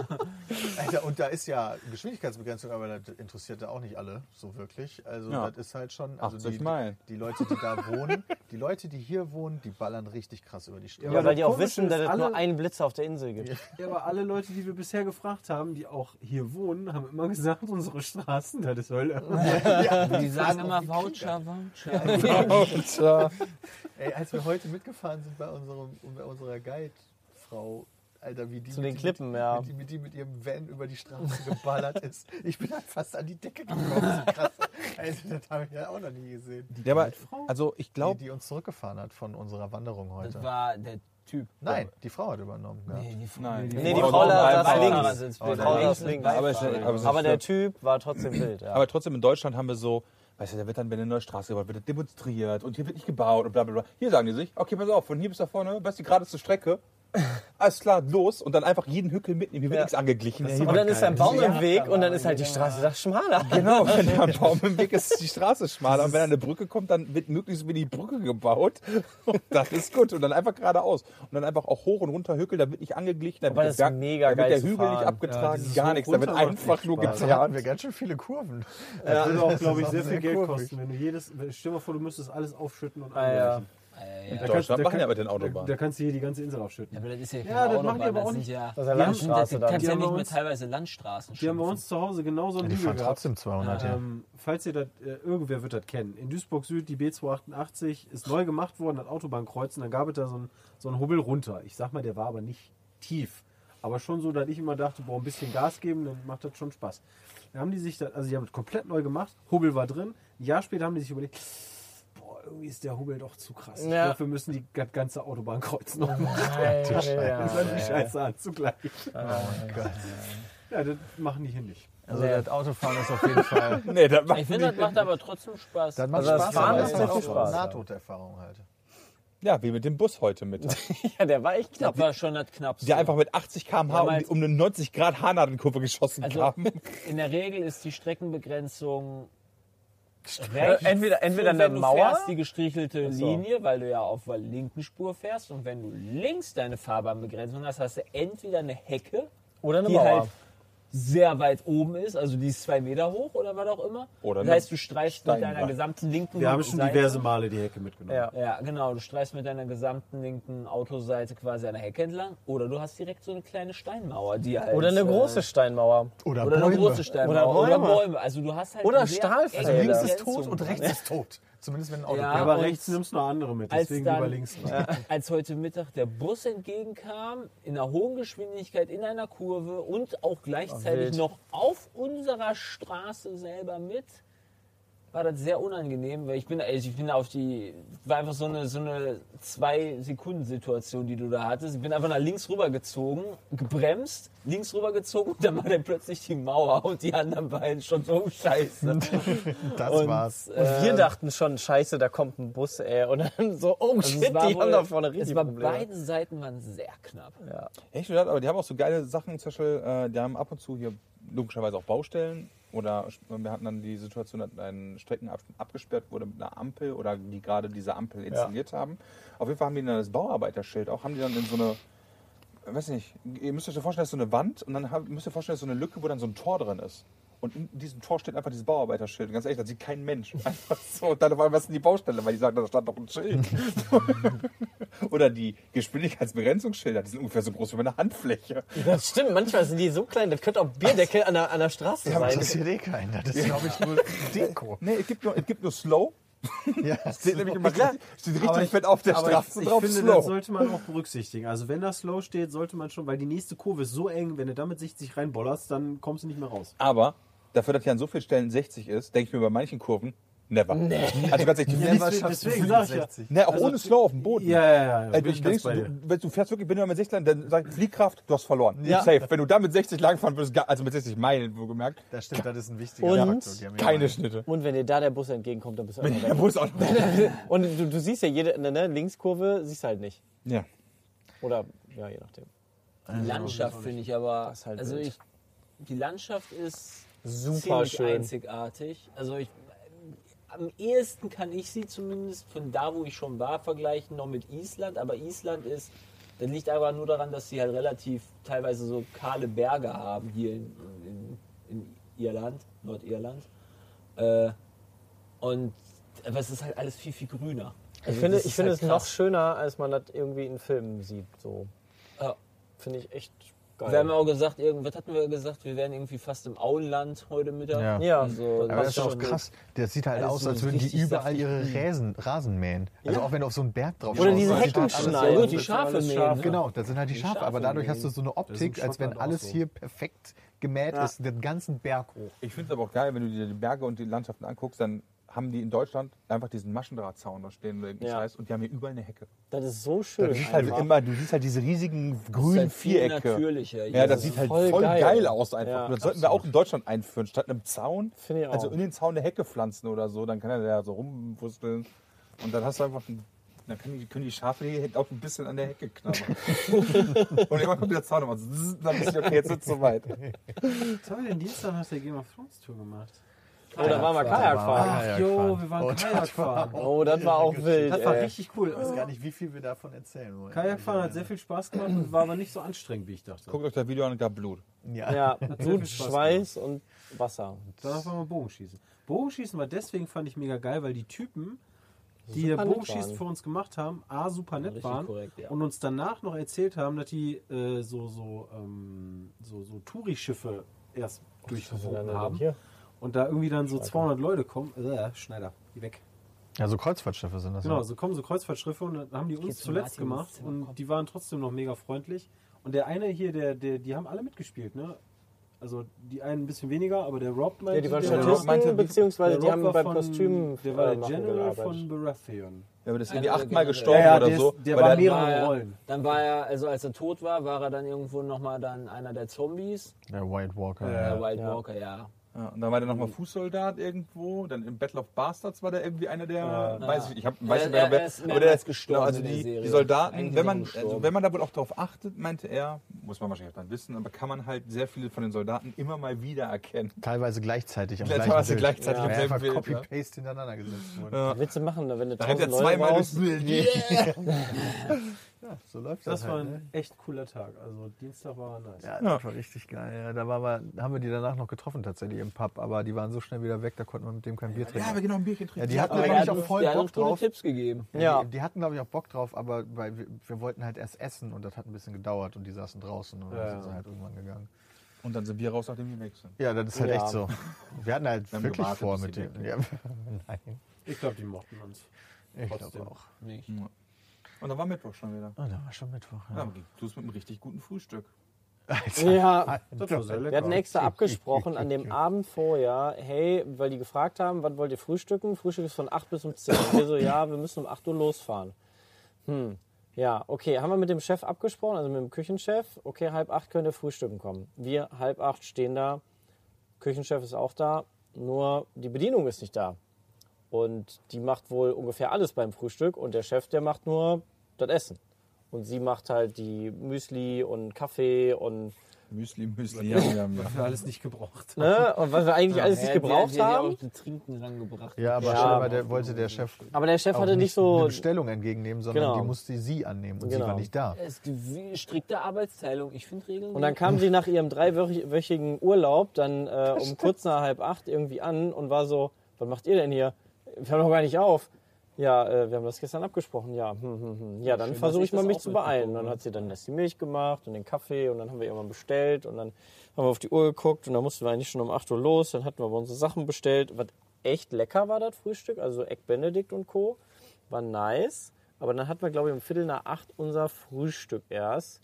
Alter, und da ist ja Geschwindigkeitsbegrenzung, aber das interessiert ja auch nicht alle so wirklich. Also Ja. das ist halt schon, also 80 die, Meilen. die Leute, die da wohnen, die Leute, die hier wohnen, die ballern richtig krass über die Straße. Ja, weil die auch Komisch wissen, ist, dass es alle- nur einen Blitzer auf der Insel gibt. Ja, aber alle Leute, die wir bisher gefragt haben, die auch hier wohnen, haben immer gesagt, unsere Straßen, das ist Hölle. die sagen immer Voucher, Voucher. Und, äh, Ey, als wir heute mitgefahren sind bei, unserem, bei unserer Guide-Frau, Alter, wie die, Zu mit- den Klippen, mit, ja. mit, mit, die mit ihrem Van über die Straße geballert ist. Ich bin halt fast an die Decke gekommen. So krass. Also, das habe ich ja auch noch nie gesehen. Die, der war, also ich glaube, die uns zurückgefahren hat von unserer Wanderung Das heute. war der Typ. Nein, die Frau hat übernommen. Ja. Nee, die Frau. nein. Nee, die Frau Frau saß saß links. links. Oh, Die Frau der saß links. links. Aber, es, aber, es Aber der stört. Typ war trotzdem wild, ja. Aber trotzdem in Deutschland haben wir so, weißt du, da wird dann, wenn eine neue Straße gebaut wird, demonstriert und hier wird nicht gebaut und bla bla bla. Hier sagen die sich, okay, pass auf, von hier bis da vorne, weißt du, gerade zur Strecke, alles klar, los und dann einfach jeden Hügel mitnehmen, hier wird Ja. nichts angeglichen. Und dann ist ein Baum im Weg und dann ist halt die Straße da schmaler. Genau, wenn da ein Baum im Weg ist, ist die Straße schmaler. Und wenn da eine Brücke kommt, dann wird möglichst über die Brücke gebaut. Und das ist gut. Und dann einfach geradeaus. Und dann einfach auch hoch und runter Hügel, da wird nicht angeglichen, da Aber wird, das ist Berg- mega da geil wird der zu Hügel nicht fahren. abgetragen, dieses gar Hoch- nichts. Da wird runter macht einfach Also, nur Da hatten getan. wir ganz schön viele Kurven. Das würde auch, glaube ich, auch sehr viel sehr Geld kurvig. kosten. Wenn du jedes, stell dir mal vor, du müsstest alles aufschütten und Ah, ja. angleichen. In Da kannst- da Deutschland machen kann- ja mit den Da, Autobahnen. da kannst du hier die ganze Insel aufschütten. Aber das ist ja, genau keine Ja, das machen Autobahn, die aber das auch sind nicht. Ja, Das ist ja Wir haben- Landstraße das- kannst dann. ja Die haben nicht bei mehr uns- teilweise Landstraßen Die haben bei schimpfen. uns zu Hause genauso einen Die Hügel fahren gehabt. trotzdem 200 hier. Ähm, falls ihr das, äh, irgendwer wird das kennen. In Duisburg Süd, die B288 ist neu gemacht worden, hat Autobahnkreuzen, dann gab es da so einen so einen Hubbel runter. Ich sag mal, der war aber nicht tief. Aber schon so, dass ich immer dachte, boah, ein bisschen Gas geben, dann macht das schon Spaß. Dann haben die sich das, also die haben das komplett neu gemacht, Hubbel war drin. Ein Jahr später haben die sich überlegt, boah, irgendwie ist der Hubbel doch zu krass. Ich Ja. glaube, wir müssen die, das ganze Autobahnkreuz noch machen. Ja, Oh ja, Das ist die Scheiße anzugleichen. Ja, das machen die hier nicht. Also das Autofahren ist auf jeden Fall. Nee, das Ich finde, das macht aber trotzdem Spaß. Das macht Also das Spaß, Fahren aber ist es sehr ist viel auch Spaß, ja. Nahtoderfahrung halt. Ja, wie mit dem Bus heute Mittag. Ja, der war echt knapp. das war schon das Knappste. Der einfach mit 80 km/h um, die- um eine 90 Grad Haarnadelkurve geschossen also, kam. in der Regel ist die Streckenbegrenzung Äh, entweder entweder wenn eine du Mauer. fährst die gestrichelte Linie, weil du ja auf der linken Spur fährst und wenn du links deine Fahrbahnbegrenzung hast, hast du entweder eine Hecke Oder eine die Mauer. halt sehr weit oben ist, also die ist zwei Meter hoch oder was auch immer. Oder das eine heißt, du streifst mit Steinwand. deiner gesamten linken Wir haben schon Seite- diverse Male die Hecke mitgenommen. Ja. Ja, genau. Du streifst mit deiner gesamten linken Autoseite quasi an der Hecke entlang oder du hast direkt so eine kleine Steinmauer, die halt, Oder eine äh, große Steinmauer. Oder, oder eine große Steinmauer Oder oder Bäume. Bäume. Also du hast halt Oder eine sehr Stahlfelder. enge Links ist Begrenzung. tot und rechts ist tot. Zumindest wenn ein Auto Ja, kommt. Aber und rechts nimmst du noch andere mit, als deswegen dann- lieber links. als heute Mittag der Bus entgegenkam, in einer hohen Geschwindigkeit, in einer Kurve und auch gleichzeitig wild. noch auf unserer Straße selber mit, war das sehr unangenehm, weil ich bin, also ich bin auf die, war einfach so eine, so eine Zwei-Sekunden-Situation, die du da hattest. Ich bin einfach nach links rübergezogen, gebremst, links rübergezogen und dann war dann plötzlich die Mauer und die anderen beiden schon so oh, scheiße. Das Und, war's. Und wir dachten schon, scheiße, da kommt ein Bus, ey. Und dann so, oh also shit, es die war wohl- haben da vorne Es richtig war Probleme. beiden Seiten waren sehr knapp. Echt, oder? aber die haben auch so geile Sachen, zum Beispiel, äh, die haben ab und zu hier logischerweise auch Baustellen oder sp- wir hatten dann die Situation, dass ein Streckenabschnitt abgesperrt wurde mit einer Ampel oder die gerade diese Ampel installiert haben. Auf jeden Fall haben die dann das Bauarbeiterschild auch, haben die dann in so eine, äh, weiß nicht, ihr müsst euch das vorstellen, das ist so eine Wand und dann hab, müsst ihr vorstellen, das ist so eine Lücke, wo dann so ein Tor drin ist. Und in diesem Tor steht einfach dieses Bauarbeiterschild. Ganz ehrlich, das sieht kein Mensch. Einfach so. Und dann auf einmal, was ist denn die Baustelle? Weil die sagen, da stand noch ein Schild. Oder die Geschwindigkeitsbegrenzungsschilder, die sind ungefähr so groß wie meine Handfläche. Das stimmt, manchmal sind die so klein, das könnte auch Bierdeckel an der, an der Straße Das sein. interessiert eh keinen. Das ist, glaube ich, nur Deko. Nee, es gibt nur, es gibt nur Slow. Ja, Steht nämlich immer richtig, steht richtig fett auf der aber Straße ich, ich drauf. finde, das slow. sollte man auch berücksichtigen. Also wenn da Slow steht, sollte man schon, weil die nächste Kurve ist so eng, wenn du damit 60 reinbollerst, dann kommst du nicht mehr raus. Aber dafür, dass hier an so vielen Stellen 60 ist, denke ich mir bei manchen Kurven, never. Also ganz ehrlich, du Deswegen- schaffst du deswegen viel mit sag ich ja. 60. ne, auch ohne Slow auf dem Boden. Ja, ja, ja, Ey, ja. bin du, ich denkst, ganz bei du, dir. wenn du fährst wirklich, bin du mit 60 lang, dann sag ich, Fliehkraft, du hast verloren. Safe. Wenn du da mit 60 langfahren würdest, gar- also mit 60 Meilen, wo gemerkt, Das stimmt, das ist ein wichtiger Und Faktor. Die haben ja keine mal- Schnitte. Und wenn dir da der Bus entgegenkommt, dann bist du immer Der Bus auch noch. weg. Und du, du siehst ja jede ne, ne, Linkskurve, siehst du halt nicht. Ja. Oder, ja, je nachdem. Die Landschaft finde ich aber, Also, ist halt also wild. ich, die Landschaft ist Super ziemlich schön. einzigartig. Also ich, am ehesten kann ich sie zumindest von da, wo ich schon war, vergleichen noch mit Island. Aber Island ist, das liegt aber nur daran, dass sie halt relativ teilweise so kahle Berge haben hier in, in, in Irland, Nordirland. Äh, und aber es ist halt alles viel, viel grüner. Ich Also finde, das ich ist finde halt es noch krass. schöner, als man das irgendwie in Filmen sieht. So. Ja. Finde ich echt Wir haben ja geil. auch gesagt, irgendwas hatten wir gesagt, wir wären irgendwie fast im Auenland heute Mittag. Ja. Ja, Also, Aber das ist auch schon- krass. Das sieht halt Alles aus, so als würden die richtig überall saftig ihre Rasen, Rasen mähen. Also auch wenn du auf so einen Berg drauf Oder schaust, diese das sieht Hecken halt alles- Ja, schneiden. gut, die Schafe mähen. ne? Genau, das sind halt die Schafe, Schafe aber dadurch mähen. hast du so eine ist in Optik, als wenn Schottland auch alles so. hier perfekt gemäht ist, den ganzen Berg hoch. Ich finde es aber auch geil, wenn du dir die Berge und die Landschaften anguckst, dann haben die in Deutschland einfach diesen Maschendrahtzaun da stehen oder irgendeinen Ja. Scheiß und die haben hier überall eine Hecke. Das ist so schön. Du siehst halt Also, einfach. immer, du siehst halt diese riesigen ist grünen halt viel Vierecke. Ja, natürlicher. Ja, das das sieht ist halt voll, voll geil. geil. aus einfach. Ja, Und das sollten wir auch in Deutschland einführen. Statt einem Zaun, Finde ich auch. also in den Zaun eine Hecke pflanzen oder so, dann kann er da so rumwursteln. Und dann hast du einfach ein, dann können die, können die Schafe hier auch ein bisschen an der Hecke knabbern. und irgendwann kommt der Zaun und macht zzz, dann bist du okay, jetzt ist es soweit. Was haben wir denn Dienstag nach der Game of Thrones Tour gemacht? Oder Oh, waren wir Kajak fahren? Kajak jo, fahren. wir waren Und das Kajak fahren. Oh, das war auch wild. Das war ey. richtig cool. Ich weiß gar nicht, wie viel wir davon erzählen wollen. Kajakfahren hat sehr viel Spaß gemacht und war aber nicht so anstrengend, wie ich dachte. Guckt euch das Video an und gab Blut. Ja. Ja, sehr viel Blut, Spaß Schweiß und Wasser. Danach waren wir Bogenschießen. Bogenschießen war deswegen, fand ich mega geil, weil die Typen, die hier nett Bogenschießen waren. für uns gemacht haben, A, super nett richtig waren korrekt, ja. und uns danach noch erzählt haben, dass die äh, so, so, ähm, so, so Touri-Schiffe erst durchgewogen haben Hier. und da irgendwie dann so 200 Leute kommen. Äh, Schneider, die weg. ja, so Kreuzfahrtschiffe sind das. ne? Genau, ja. so kommen so Kreuzfahrtschiffe und dann haben die uns zu zuletzt Martin ins gemacht Zimmer, komm. und die waren trotzdem noch mega freundlich. Und der eine hier, der, der, die haben alle mitgespielt, ne? Also die einen ein bisschen weniger, aber der Rob meinte, Ja, die waren der- Rob meinte, Statisten, wie- beziehungsweise der die Rob haben war beim von- Kostüm Der war äh, der machen General gearbeitet. von Baratheon. Ja, aber das ist irgendwie Ja, achtmal genau. gestorben Ja, ja, oder der so. ist- der weil war er- mehrere- War er, Rollen. dann war er, also als er tot war, war er dann irgendwo nochmal dann einer der Zombies. Der White Walker. Ja, Ja. der Wild Walker, ja. Ja, und dann war der Mhm. nochmal Fußsoldat irgendwo. Dann im Battle of Bastards war der irgendwie einer der. Weiß ich, nicht, ich hab, weiß Er- nicht mehr, er wer. ist aber mehrmals der- gestorben also in der die, Serie. die Soldaten, Eigentlich wenn man, ist er also gestorben. wenn man da wohl auch drauf achtet, meinte er, muss man wahrscheinlich auch dann wissen, aber kann man halt sehr viele von den Soldaten immer mal wieder erkennen. Teilweise gleichzeitig am gleichen Teilweise Bild. gleichzeitig am Weil selben einfach Bild, ja. Copy-Paste hintereinander gesetzt wurde. Was willst du machen, ne, wenn du Da rennt er tausend Leute zweimal brauchst? durchs Bild. Yeah. So läuft das, Das war halt, ne? ein echt cooler Tag. Also Dienstag war nice. Ja, das war richtig geil. Ja, da waren wir, haben wir die danach noch getroffen tatsächlich im Pub, aber die waren so schnell wieder weg, da konnten wir mit dem kein Bier Ja, trinken. aber genau, ein Bierchen trinken. Ja, die hatten Aber aber der eigentlich hat, auch uns- voll der hat Bock uns gute drauf. Tipps gegeben. Ja. Die, die hatten, glaube ich, auch Bock drauf, aber weil wir, wir wollten halt erst essen und das hat ein bisschen gedauert und die saßen draußen und dann sind sie halt irgendwann gegangen. Und dann sind wir raus, nachdem wir weg sind. Ja, das ist halt echt so. Wir hatten halt Wir haben wirklich gewartet, vor bis mit die dem. weg Ja, nein, Ich glaube, die mochten uns. ich Trotzdem. glaube auch. Und dann war Mittwoch schon wieder. Oh, da war schon Mittwoch. Ja, Ja. aber du mit einem richtig guten Frühstück. Alter. Ja, Das war sehr wir hatten lecker. extra abgesprochen an dem Abend vorher, hey, weil die gefragt haben, wann wollt ihr frühstücken? Frühstück ist von 8 bis um 10. Und wir so, ja, wir müssen um 8 Uhr losfahren. Hm. Ja, okay, haben wir mit dem Chef abgesprochen, also mit dem Küchenchef, okay, halb acht könnt ihr frühstücken kommen. Wir halb acht stehen da, Küchenchef ist auch da, nur die Bedienung ist nicht da. Und die macht wohl ungefähr alles beim Frühstück und der Chef, der macht nur das Essen. Und sie macht halt die Müsli und Kaffee und Müsli, Müsli, ja, ja, ja. Was wir alles nicht gebraucht haben. ne? Und was wir eigentlich alles Ja, nicht die- gebraucht die hat ja haben. auch die Trinken rangebracht. Ja, aber Ja. scheinbar der, wollte der Chef Aber der Chef auch hatte nicht eine so. Bestellung entgegennehmen, sondern Genau. die musste sie annehmen und sie Genau. war nicht da. Es gibt wie- strikte Arbeitsteilung. Ich finde Regeln. Und dann kam sie nach ihrem dreiwöchigen Urlaub dann äh, um kurz nach halb acht irgendwie an und war so: Was macht ihr denn hier? Wir haben doch gar nicht auf. Ja, äh, wir haben das gestern abgesprochen. Ja, hm, hm, hm. ja dann Schön, versuche dass ich ich mal das mich auch zu beeilen. mitbekommen Dann habe. hat sie dann erst die Milch gemacht und den Kaffee und dann haben wir irgendwann bestellt und dann haben wir auf die Uhr geguckt und dann mussten wir eigentlich schon um 8 Uhr los. Dann hatten wir aber unsere Sachen bestellt. Was echt lecker war das Frühstück, also Egg Benedict und Co. War nice. Aber dann hatten wir, glaube ich, um Viertel nach acht unser Frühstück erst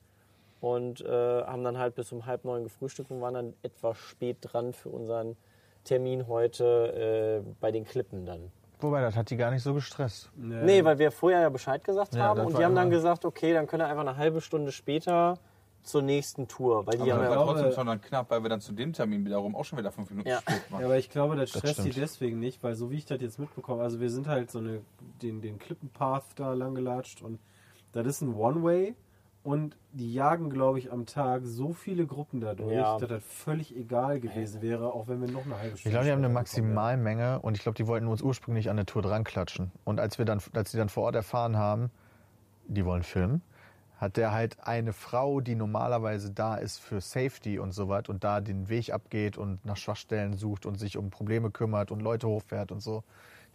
und äh, haben dann halt bis um halb neun gefrühstückt und waren dann etwas spät dran für unseren Termin heute äh, bei den Klippen dann. Wobei, das hat die gar nicht so gestresst. Ähm, Nee, weil wir vorher ja Bescheid gesagt Ja, haben das und war die haben dann immer- gesagt, okay, dann können wir einfach eine halbe Stunde später zur nächsten Tour, weil Aber die haben das ja war auch trotzdem schon dann knapp, weil wir dann zu dem Termin wiederum auch schon wieder fünf Minuten Ja. spät waren. Ja, aber ich glaube, das stresst die stimmt. deswegen nicht, weil so wie ich das jetzt mitbekomme, also wir sind halt so eine, den, den Klippenpath da lang gelatscht und das ist ein One-Way und die jagen, glaube ich, am Tag so viele Gruppen dadurch, Ja. dass das völlig egal gewesen wäre, auch wenn wir noch eine halbe Stunde. Ich glaube, die haben eine später gekommen wären. Maximalmenge und ich glaube, die wollten uns ursprünglich an der Tour dran klatschen. Und als wir dann, als die dann vor Ort erfahren haben, die wollen filmen, hat der halt eine Frau, die normalerweise da ist für Safety und sowas und da den Weg abgeht und nach Schwachstellen sucht und sich um Probleme kümmert und Leute hochfährt und so,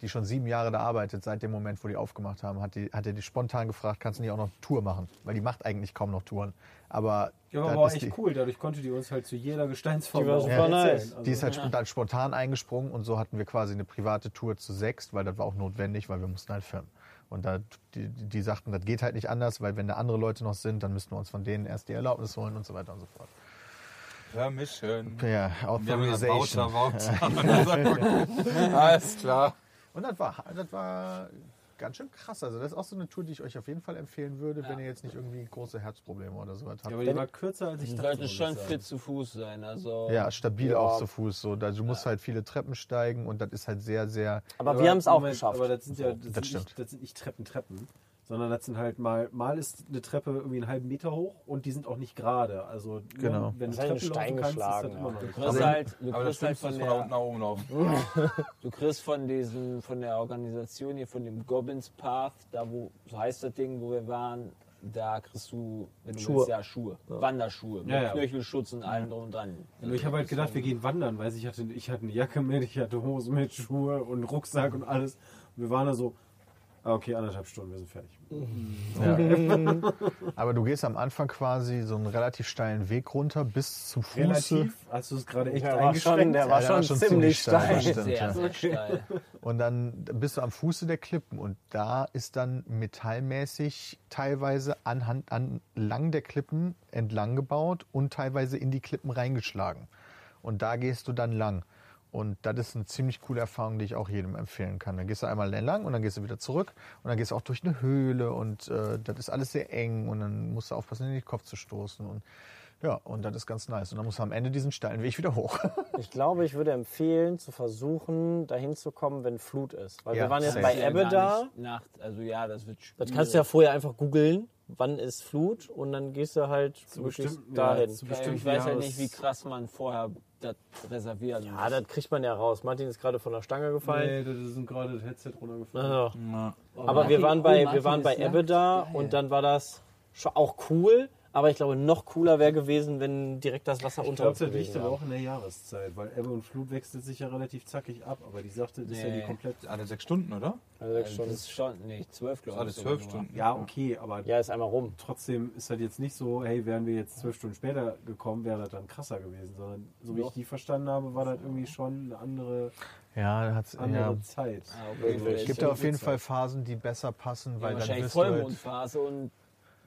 die schon sieben Jahre da arbeitet, seit dem Moment, wo die aufgemacht haben, hat, die, hat er die spontan gefragt, kannst du nicht auch noch Tour machen? Weil die macht eigentlich kaum noch Touren. Aber, Ja, das aber war ist die- echt cool, dadurch konnte die uns halt zu jeder Gesteinsform Die war auch super erzählen. nice. Also, Die ist halt sp- dann spontan eingesprungen und so hatten wir quasi eine private Tour zu sechs, weil das war auch notwendig, weil wir mussten halt filmen. Und da, die, die sagten, das geht halt nicht anders, weil wenn da andere Leute noch sind, dann müssten wir uns von denen erst die Erlaubnis holen und so weiter und so fort. Permission. Ja, Wir haben gesagt, Voucher, Authorization. Voucher. Alles klar. Und das war, das war ganz schön krass. Also das ist auch so eine Tour, die ich euch auf jeden Fall empfehlen würde, wenn ihr jetzt nicht irgendwie große Herzprobleme oder sowas habt. ja, aber die war kürzer als ich Die dachte. sollten muss ich schon sagen. fit zu Fuß sein. Also Ja, stabil auch zu Fuß. So. Da, du musst halt viele Treppen steigen und das ist halt sehr, sehr... Aber, wir haben es auch Moment, geschafft. Aber das sind ja das Das sind nicht, stimmt. das sind nicht Treppen, Treppen, sondern das sind halt mal, mal ist eine Treppe irgendwie einen halben Meter hoch und die sind auch nicht gerade. Also Genau. ne, wenn du Das ist Treppen ein laufen Stein kannst, ist das geschlagen, immer noch du nicht. kriegst halt, du Aber das kriegst halt Schlimmste von ist von da der, unten nach oben laufen. Du kriegst von diesen, von der Organisation hier, von dem Goblins Path, da wo, so heißt das Ding, wo wir waren, da kriegst du, wenn du Schuhe. willst, ja Schuhe, Wanderschuhe, mit Ja, ja. Knöchelschutz und allem drum und dran. Nur Ich habe halt gedacht, wir gehen wandern, weil ich hatte, ich hatte eine Jacke mit, ich hatte Hosen mit, Schuhe und Rucksack und alles. Und wir waren da so, ah, okay, anderthalb Stunden, wir sind fertig. Aber du gehst am Anfang quasi so einen relativ steilen Weg runter bis zum Fuß. Relativ, hast du es gerade echt Der war schon- eingeschränkt? der war Ja, schon ziemlich steil. das stimmt, Sehr, ja. sehr steil. Und dann bist du am Fuße der Klippen und da ist dann metallmäßig teilweise anhand, anlang der Klippen entlang gebaut und teilweise in die Klippen reingeschlagen. Und da gehst du dann lang. Und das ist eine ziemlich coole Erfahrung, die ich auch jedem empfehlen kann. Dann gehst du einmal lang und dann gehst du wieder zurück und dann gehst du auch durch eine Höhle und äh, das ist alles sehr eng und dann musst du aufpassen, in den Kopf zu stoßen. Und ja, und das ist ganz nice. Und dann musst du am Ende diesen steilen Weg wieder hoch. Ich glaube, ich würde empfehlen, zu versuchen, dahin zu kommen, wenn Flut ist. Weil Ja, wir waren jetzt safe. bei Ja, Ebbe gar da. nicht Nacht, also ja, das wird Das schwierig. kannst du ja vorher einfach googeln, wann ist Flut und dann gehst du halt möglichst bestimmten- ja, dahin. zu Ja, Weil bestimmten ich weiß halt Jahres- nicht, wie krass man vorher das reservieren muss. Ah, Also, das kriegt man ja raus. Martin ist gerade von der Stange gefallen. Nee, das ist gerade das Headset runtergefallen. Ah. Ja. Aber wir Martin- waren oh, bei, Martin wir waren bei ist Ebbe nackt. da Geil. und dann war das schon auch cool. Aber ich glaube, noch cooler wäre gewesen, wenn direkt das Wasser Ich unter glaube, uns das liegt gewesen aber wäre. auch in der Jahreszeit, weil Ebbe und Flut wechselt sich ja relativ zackig ab, aber die sagte, das ist ja Nee. die komplett. Alle sechs Stunden, oder? Also Also Das schon, ist schon, nee, zwölf, glaube ich. Alle sogar zwölf nur. Stunden. Ja, okay, aber ja, ist einmal rum. trotzdem ist halt jetzt nicht so, hey, wären wir jetzt zwölf Stunden später gekommen, wäre das dann krasser gewesen, sondern so wie ich die verstanden habe, war das irgendwie schon eine andere, Ja, da hat's, andere ja. Zeit. Ah, okay. Es gibt da auf jeden Fall Phasen, die besser passen, weil ja, dann wahrscheinlich bist du halt, Vollmondphase und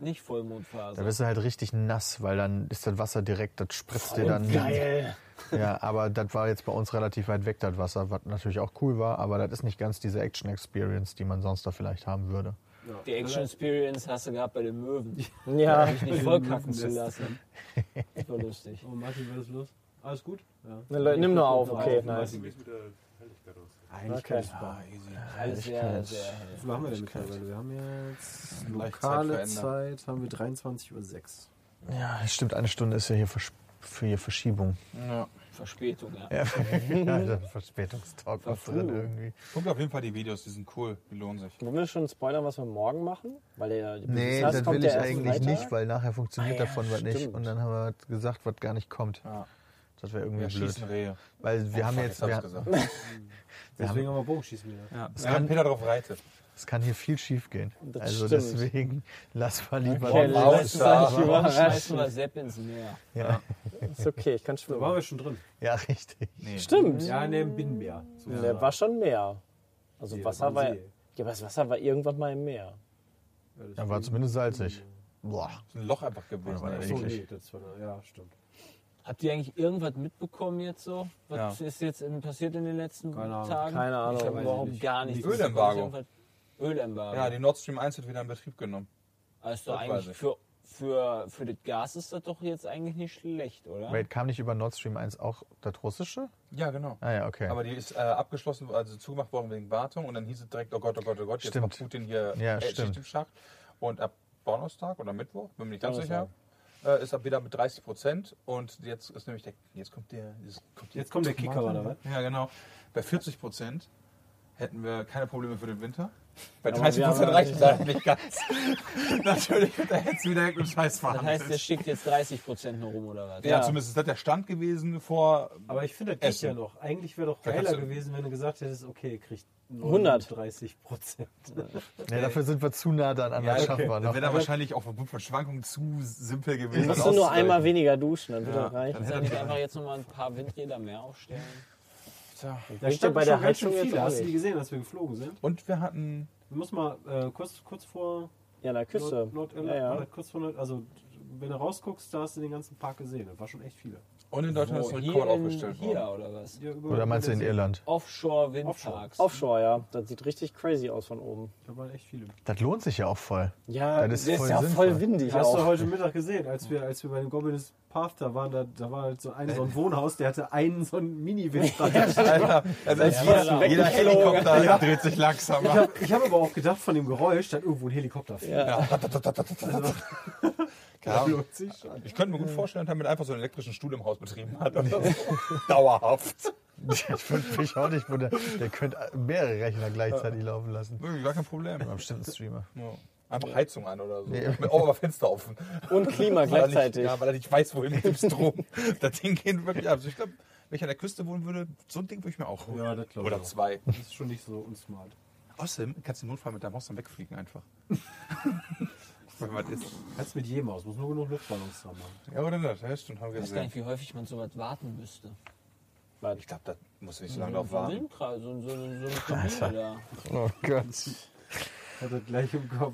nicht da Vollmondphase. bist du halt richtig nass, weil dann ist das Wasser direkt, das spritzt dir dann. Geil. Ja, aber das war jetzt bei uns relativ weit weg, das Wasser, was natürlich auch cool war, aber das ist nicht ganz diese Action-Experience, die man sonst da vielleicht haben würde. Die halt Action Experience hast du gehabt bei den Möwen. Ja, Dich nicht vollkacken zu lassen. Das war lustig. Oh, Martin, was ist los? Alles gut? Ja. Ne, Leute, nimm nur auf, okay, nice. Martin, Okay. Alles sehr, sehr hell. wie viel haben wir denn mittlerweile? Wir haben jetzt Leicht lokale Zeitveränder. Zeit, haben wir 23.06 Ja, stimmt, eine Stunde ist ja hier Versch für hier Verschiebung. Ja. Verspätung, ja. Ja, also Verspätungstalk was drin Verfrühung. irgendwie. Guckt auf jeden Fall die Videos, die sind cool, die lohnen sich. Wollen wir schon spoilern, was wir morgen machen? Weil der die Nee, Podcast das kommt will ja ich erst eigentlich Freitag. nicht, weil nachher funktioniert Ah ja, davon was nicht. stimmt. Und dann haben wir halt gesagt, was gar nicht kommt. Ja. Das wäre irgendwie Wir schießen blöd. Rehe. Weil wir haben Fuck, jetzt, hab wir, ich's gesagt. Deswegen haben wir Bogenschießen wieder. Ja. Wir haben Peter drauf reite. es kann hier viel schief gehen. Das Also stimmt. deswegen lass mal lieber. Okay, Morgen raus, lass uns da. nicht überraschen. Schmeißen wir Sepp ins Meer. Ja, Ist okay, ich kann Da waren schwimmen. wir schon drin. ja, richtig. Nee. Stimmt. Ja, ne, im Binnenmeer. Der war schon Meer. Also Nee, Wasser das war war. ein Ja, See. aber das Wasser war irgendwann mal im Meer. Ja, war zumindest salzig. Boah. Ist ein Loch einfach gewesen. Aber ey. so, eklig. nee, das war, ja, stimmt. Habt ihr eigentlich irgendwas mitbekommen jetzt so? Was Ja. ist jetzt in- passiert in den letzten Keine Ahnung. Tagen? Keine Ahnung. Ich habe Weiß überhaupt ich nicht. gar nichts. Ölembargo. mitbekommen. Ölembargo. Ja, die Nord Stream 1 wird wieder in Betrieb genommen. also das weiß eigentlich ich. für, für, für das Gas ist das doch jetzt eigentlich nicht schlecht, oder? Wait, kam nicht über Nord Stream 1 auch das russische? Ja, genau. Ah ja, okay. Aber die ist äh, abgeschlossen, also zugemacht worden wegen Wartung und dann hieß es direkt, oh Gott, oh Gott, oh Gott, jetzt Stimmt. macht Putin hier Ja, äh, stimmt. Schicht im Schacht. Und ab Donnerstag oder Mittwoch, bin mir nicht ganz sicher, äh, ist ab wieder mit 30 Prozent und jetzt ist nämlich der, jetzt kommt der, jetzt kommt, Jetzt kommt der Kicker, oder was? Ja, genau. Bei 40 Prozent hätten wir keine Probleme für den Winter. Bei Aber 30 wir Prozent haben- reicht es halt nicht ganz. Natürlich, da hättest du wieder irgendeinen Scheiß das verhandelt. heißt, der schickt jetzt 30 Prozent nur rum oder was? ja, zumindest ist das der Stand gewesen vor Aber ich finde, das geht Essen. ja noch. Eigentlich wäre doch Da kannst geiler du- gewesen, wenn du gesagt hättest, okay, kriegt 100. 30 Prozent. äh, nee, dafür sind wir zu nah dran an, das schaffen wir Dann noch. wäre da wahrscheinlich auch aufgrund von Schwankungen zu simpel gewesen. Du musst das du nur auszugleichen. einmal weniger duschen, dann wird das reichen. Kannst du da nicht einfach jetzt nochmal ein paar Windräder mehr aufstellen? Tja. Da Bringt dir standen bei der schon ganz schön Heizung jetzt viele. auch Hast du die nicht. gesehen, als wir geflogen sind? Und wir hatten. Wir müssen mal äh, kurz, kurz vor Ja, an der Küste. Nord, Nordirland, Ja, ja. war das kurz vor Nord, also wenn du rausguckst, da hast du den ganzen Park gesehen. Das war schon echt viele. Und in Deutschland ist ein Rekord in- aufgestellt Oh, hier worden. oder was? Ja, über- Oder meinst du in über- Irland? Offshore Windparks. Offshore, ja. Das sieht richtig crazy aus von oben. Da waren echt viele. Das lohnt sich ja auch voll. Ja, Das ist der voll ja sinnvoll. voll windig hast du auch. heute Mittag gesehen, als wir, als wir bei dem Goblin's Path da waren, da, da war halt so ein, so ein Wohnhaus, der hatte einen so einen Mini-Windrad. Alter, also jeder, jeder Helikopter dreht sich Ich langsamer. habe ich hab aber auch gedacht, von dem Geräusch, da hat irgendwo ein Helikopter fliegt. Ja. Also, Ja. Ich könnte mir gut vorstellen, dass er mit einfach so einen elektrischen Stuhl im Haus betrieben hat. oder so. Dauerhaft. Ich würde mich auch nicht wundern. Der könnte mehrere Rechner gleichzeitig laufen lassen. Wirklich Gar kein Problem. Beim bestimmten Streamer. Ja. Einfach Heizung an oder so. Mit, oh, aber Fenster offen. Und Klima Weil er nicht- gleichzeitig. Ja, weil er nicht weiß, wohin mit dem Strom. das Ding geht wirklich ab. Also ich glaube, wenn ich an der Küste wohnen würde, so ein Ding würde ich mir auch holen. Ja, das glaub ich Oder auch. zwei. Das ist schon nicht so unsmart. Außerdem kannst du im Notfall mit deinem Haus dann wegfliegen einfach. Wenn was ist. Kannst mit jedem aus, muss nur genug Luftballons da machen. Ja, oder nicht? Ja, stimmt, haben wir Ich weiß gesehen. gar nicht, wie häufig man sowas warten müsste. Ich glaube, das muss nicht so lange drauf so Mhm. ein warten. Windkreis, so, so, so eine Turbine da. Oh Gott. Oh Hat das gleich im Kopf.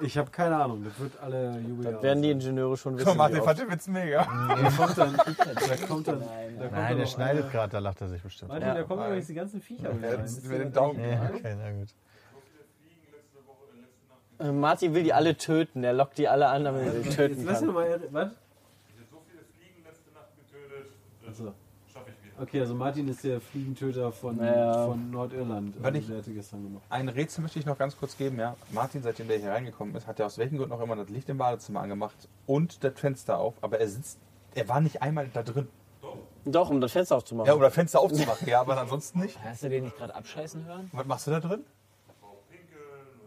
Ich habe keine Ahnung, das wird alle Jubiläum. Das werden die Ingenieure schon wissen. Komm, wie Martin, oft. fand den Witz mega. Da kommt dann. Da kommt dann. Da kommt Nein, dann der noch schneidet eine- gerade, da lacht er sich bestimmt. Warte, da kommen übrigens die ganzen Viecher wieder rein. Mit den Daumen. Ja, okay, na gut. Äh, Martin will die alle töten. Er lockt die alle an, damit er sie töten Jetzt lass kann. mir mal. Was? So viele Fliegen letzte Nacht getötet, Also, schaffe ich wieder. okay, also Martin ist der Fliegentöter von, Naja. von Nordirland. Weil Also, ich- der hatte gestern gemacht. Ein Rätsel möchte ich noch ganz kurz geben. Ja. Martin, seitdem der hier reingekommen ist, hat er aus welchem Grund noch immer das Licht im Badezimmer angemacht und das Fenster auf. Aber er sitzt, er war nicht einmal da drin. Doch, um das Fenster aufzumachen. Ja, oder Fenster aufzumachen, ja, aber ansonsten nicht. Hast du den nicht gerade abscheißen hören? Was machst du da drin?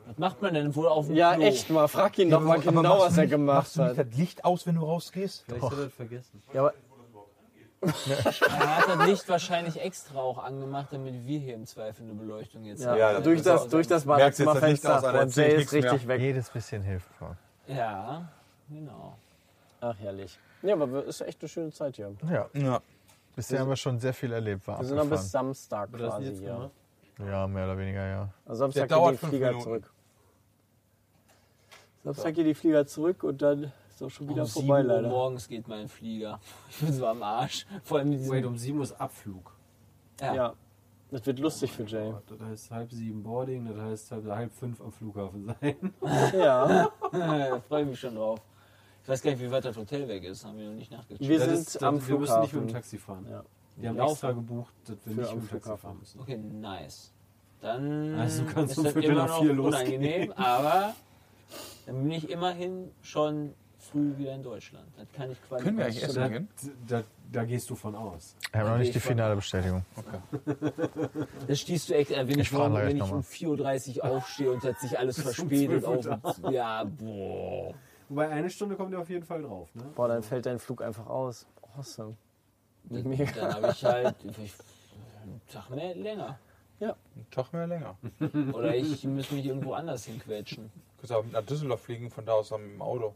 Was macht man denn wohl auf dem Ja, Klo? echt mal. Frag ihn doch mal Aber genau, machst du was er nicht- gemacht machst du nicht hat. das Licht aus, wenn du rausgehst? Vielleicht hat er das vergessen. Ja, aber Er hat das Licht wahrscheinlich extra auch angemacht, damit wir hier im Zweifel eine Beleuchtung jetzt ja. haben. Ja, das- durch, das- das, durch das merkst jetzt das Licht Badezimmerfenster. aus, Alter, Und erzähl Jay ich ist nix mehr. richtig weg. Jedes bisschen hilft. Frau. Ja, genau. Ach, herrlich. Ja, aber wir- ist echt eine schöne Zeit hier. Ja, Ja. bisher haben wir schon sehr viel erlebt. War Wir sind noch bis abgefahren. Samstag Wird das denn quasi jetzt hier. gemacht? Ja, mehr oder weniger, ja. Also Der Samstag geht dauert die fünf Flieger Minuten. zurück. Samstag geht die Flieger zurück und dann ist auch schon wieder um vorbei 7 Uhr leider. morgens geht mein Flieger. Ich bin so am Arsch. Vor allem mit diesem... Wait, um 7 Uhr ist Abflug. ja. Ja, das wird lustig für Jay. Das heißt halb sieben Boarding, das heißt halb, halb fünf am Flughafen sein. Ja, da freue ich mich schon drauf. Ich weiß gar nicht, wie weit das Hotel weg ist. Haben wir noch nicht nachgecheckt. wir Das sind ist, das, am wir müssen nicht mit dem Flughafen. Taxi fahren. Ja. Die haben Laufen. extra gebucht, dass wir Für nicht am mit dem Taxi Flughafen. fahren müssen. Okay, nice. Dann Also du kannst um ist das Viertel immer nach noch vier losgehen. unangenehm, aber dann bin ich immerhin schon früh wieder in Deutschland. Das kann ich quasi Können wir eigentlich essen Da, gehen? Also, da, da gehst du von aus. Wir haben noch Okay, nicht die ich wollte- finale Bestätigung. Das stießt du echt, äh, wenn ich, frage morgen, gleich wenn ich noch mal. um 4.30 Uhr aufstehe und hat sich alles verspätet. Auf, ja, boah. Wobei eine Stunde kommt ihr auf jeden Fall drauf. Ne? Boah, dann fällt dein Flug einfach aus. Awesome. Mega. Dann habe ich halt ich, einen Tag mehr länger. Doch mehr länger. Du Oder ich muss mich irgendwo anders hinquetschen. kannst auch nach Düsseldorf fliegen, von da aus dann mit dem Auto.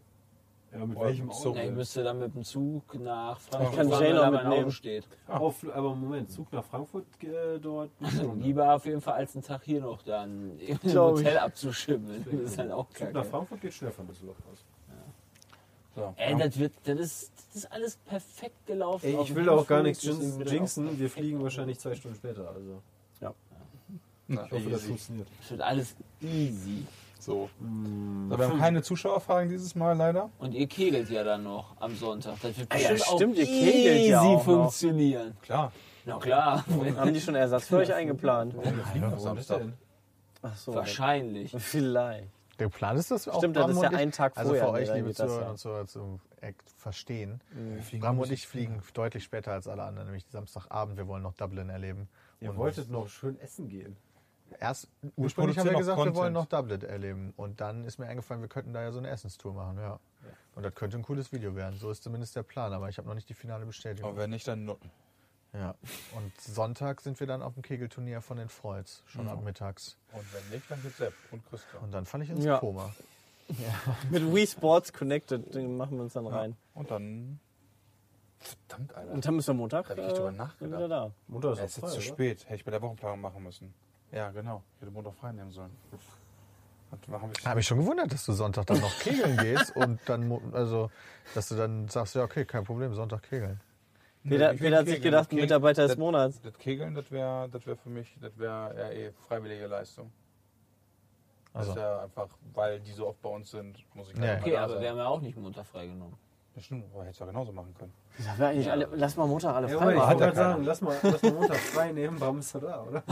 Ja, mit Oder welchem mit Auto? Zug. Ja, ich müsste dann mit dem Zug nach Frankfurt kann fahren, Jane weil auch da mein Auto mitnehmen. steht. Auf, aber Moment, Zug nach Frankfurt äh, dort eine Stunde. Lieber auf jeden Fall als einen Tag hier noch dann im Glaub ich. Hotel abzuschimmeln. Das ist halt auch Zug nach kacke. Frankfurt geht schnell von Düsseldorf aus. So. Ey, das, wird, das, ist, das ist alles perfekt gelaufen. Ey, Auf ich dem will da auch gar Flug, nichts deswegen jinxen. wird das auch jinxen. Wir perfekt fliegen laufen. wahrscheinlich zwei Stunden später. Also Na, ich hoffe, das easy. funktioniert. Es wird alles easy. So. so. Wir haben keine Zuschauerfragen dieses Mal leider. Und ihr kegelt ja dann noch am Sonntag. Das wird ja, bestimmt stimmt, auch ihr kegelt easy ja auch noch. funktionieren. Klar. Na klar, Haben die schon Ersatz für euch eingeplant? Wir fliegen am Samstag. Ach so. wahrscheinlich. Vielleicht. Der Plan ist das auch. Stimmt, das Bram ist und ja ich- ein Tag Also vorher, für ne, euch, dann liebe geht das Zuhörer ja. und Zuhörer, zum Act verstehen. Bram und ich fliegen deutlich später als alle anderen, nämlich Samstagabend. Wir wollen noch Dublin erleben. Ihr Und wolltet noch schön essen gehen. Erst, ursprünglich haben wir noch gesagt, Content. wir wollen noch Dublin erleben. Und dann ist mir eingefallen, wir könnten da ja so eine Essenstour machen. Ja. Und das könnte ein cooles Video werden. So ist zumindest der Plan. Aber ich habe noch nicht die finale Bestätigung. Aber wenn nicht, dann Nutten. Ja. Und Sonntag sind wir dann auf dem Kegelturnier von den Freuds. Schon ab mittags. Und wenn nicht, dann gibt's Sepp und Christian. Und dann falle ich ins Ja. Koma. Mit Wii Sports Connected den machen wir uns dann rein. Und dann. Verdammt, Alter. Und dann müssen wir Montag Da hab ich nicht äh, drüber nachgedacht. wieder da. Mutter ist es ist auch jetzt zu frei, oder? spät. Hätte ich bei der Wochenplanung machen müssen. Ja, genau. Ich hätte Montag frei nehmen sollen. Hat- hab ich- Habe ich schon gewundert, dass du Sonntag dann noch kegeln gehst und dann, mo- also, dass du dann sagst, ja, okay, kein Problem, Sonntag kegeln. Nee, Peter, ich will Peter hat sich kegeln. gedacht, Kegeln- Mitarbeiter des das- Monats. Das Kegeln, das wäre das wär für mich, das wäre ja eh freiwillige Leistung. Das Also. ist ja einfach, weil die so oft bei uns sind, muss ich Ja. gar nicht Okay, mehr da also aber sein. wir haben ja auch nicht Montag freigenommen. Ja, stimmt, aber hätte es ja genauso machen können. Sollen wir eigentlich alle, lass mal Montag alle Ja, frei aber ich machen. wollte ja gerade keiner. sagen, lass mal, lass mal Montag frei nehmen, Bram ist ja da, oder?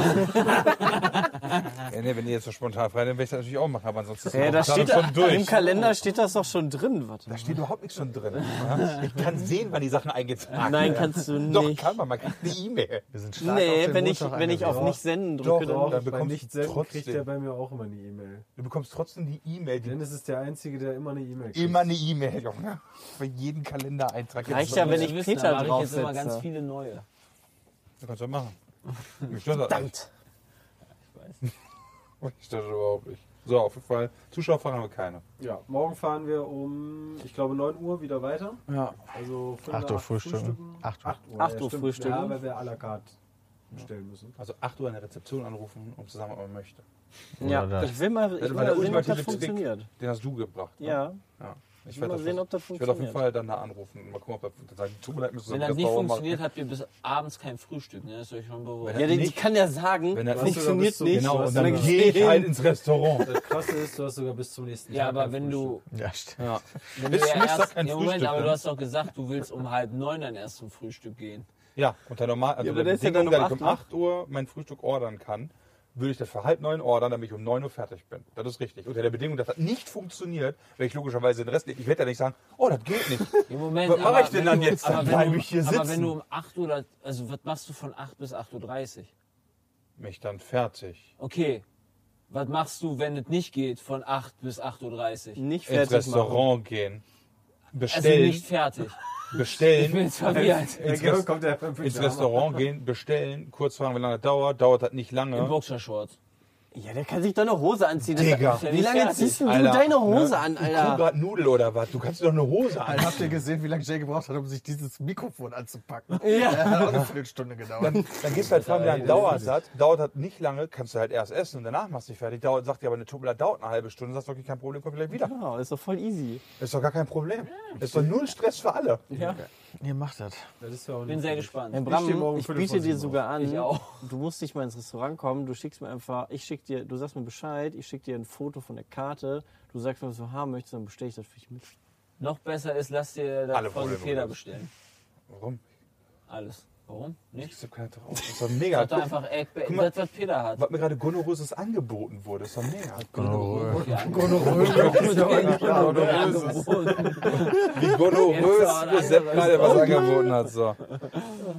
Ja, nee, wenn ihr jetzt so spontan frei, dann werde ich das natürlich auch machen, aber ansonsten ist Ah. Ja, die da Planung steht da, schon durch. Im Kalender steht das doch schon drin. Warte. Da steht überhaupt nichts schon drin. Ja? Ich kann sehen, wann die Sachen eingetragen werden. Nein, kannst du Doch, nicht. kann man, man kriegt eine E-Mail. Wir sind stark auf Nee, den wenn ich, Montag wenn ich auf angewiesen. nicht senden drücke, Doch, dann. dann Bei bekommst nicht du senden kriegt trotzdem. er bei mir auch immer eine E-Mail. Du bekommst trotzdem die E-Mail, die Dennis ist der Einzige, der immer eine E-Mail kriegt. immer eine E-Mail, Junge. Für jeden Kalendereintrag. Reicht ja, wenn Ihr ich Also wisst, Peter da mache ich jetzt immer draufsetze. ganz viele neue. Du kannst du ja machen. Ich stört das nicht. Ich stört das überhaupt nicht. So, auf jeden Fall. Zuschauerfragen haben wir keine. Ja, morgen fahren wir um, ich glaube, 9 Uhr wieder weiter. Ja. Also Viertel Acht Uhr nach acht frühstücken. Acht Uhr. Acht Uhr, Acht ja, Uhr stimmt. frühstücken. Ja, weil wir à la carte bestellen müssen. Also 8 Uhr an der Rezeption anrufen und zu sagen, ob man möchte. Ja, das- ich will mal, ich will Das war der mal sehen, ob ultimative das Trick, funktioniert. Den hast du gebracht. ne? Ja. ja. Ich Mal werde das sehen, vers- ob das Ich werde auf jeden funktioniert. Fall danach anrufen und mal gucken, ob er dann sagt, tut mir leid, müssen Wenn wir das das nicht sauber machen. funktioniert, habt ihr bis abends kein Frühstück. Ne? Das ist euch schon bewusst. Wenn Ja, er die, die nicht- kann ja sagen, wenn er- funktioniert Weißt du, da bist du- nicht. Genau, was und dann dann- gehe ich halt ins Restaurant. Das Krasse ist, du hast sogar bis zum nächsten Ja, Tag aber kein wenn du, Ja, stimmt. Ja. wenn Bis du ja Mittag erst, kein nee, Moment, Frühstück, aber ne? du hast doch gesagt, du willst um halb neun dann erst zum Frühstück gehen. ja, unter normal, also Ja, aber der der ist ja Bedingung, dann dass um ich um 8 8 Uhr mein Frühstück ordern kann, würde ich das für halb neun ordern, damit ich um 9 Uhr fertig bin. Das ist richtig. Unter der Bedingung, dass das nicht funktioniert, werde ich logischerweise den Rest nicht. Ich werde ja nicht sagen, oh, das geht nicht. Im Moment, Was mache aber ich denn wenn dann du, jetzt? Dann Aber wenn, bleibe du, ich hier aber sitzen. wenn du um 8 Uhr, da- also was machst du von 8 bis 8.30 Uhr? Mich dann fertig. Okay, was machst du, wenn es nicht geht, von 8 bis 8.30 Uhr? Nicht Ins fertig machen. Restaurant gehen. Also Bestellen. nicht fertig. Ich bin bestellen. jetzt verwirrt. Ins, Frühstück. Rest- genau, kommt der ins Restaurant gehen, bestellen, kurz fragen, wie lange das dauert. Dauert das nicht lange. In Boxershorts. Ja, der kann sich doch eine Hose anziehen. Das- Digga. Wie lange ziehst denn du Alter, deine Hose ne? an, Ich guck Alter? grad Nudel oder was. Du kannst dir doch eine Hose an. Alter, habt ihr gesehen, wie lange Jay gebraucht hat, um sich dieses Mikrofon anzupacken? Ja. Hat auch eine Viertelstunde gedauert. Dann, dann gehst du halt fragen, wie lange dauert das. Dauert das nicht lange, kannst du halt erst essen und danach machst du dich fertig. Dauert, sagt dir aber eine Tubular dauert eine halbe Stunde. Sagst du, okay, kein Problem, komm gleich wieder. Genau, ist doch voll easy. Ist doch gar kein Problem. Ist doch null Stress für alle. Ja, Ihr macht das. Das ist ja auch bin nicht. sehr gespannt. Herr steh Bram, morgen ich, Viertel biete vor dir sieben sogar an, Ich auch. du musst nicht mal ins Restaurant kommen, du schickst mir einfach, ich schick dir, du sagst mir Bescheid, ich schick dir ein Foto von der Karte, du sagst mir, was du haben möchtest, dann bestelle ich das für dich mit. Noch besser ist, lass dir Alle das von Probleme Feder gelöst. bestellen. Warum? Alles. Warum? Nichts? Ich hab keine drauf. Das ist doch mega. Hat er Guck, einfach Egg, guck mal. das, was Peter hat. was mir gerade Gonorrhoses angeboten wurde, ist doch mega. Wie gonorrhös mir Sepp gerade was angeboten hat. So.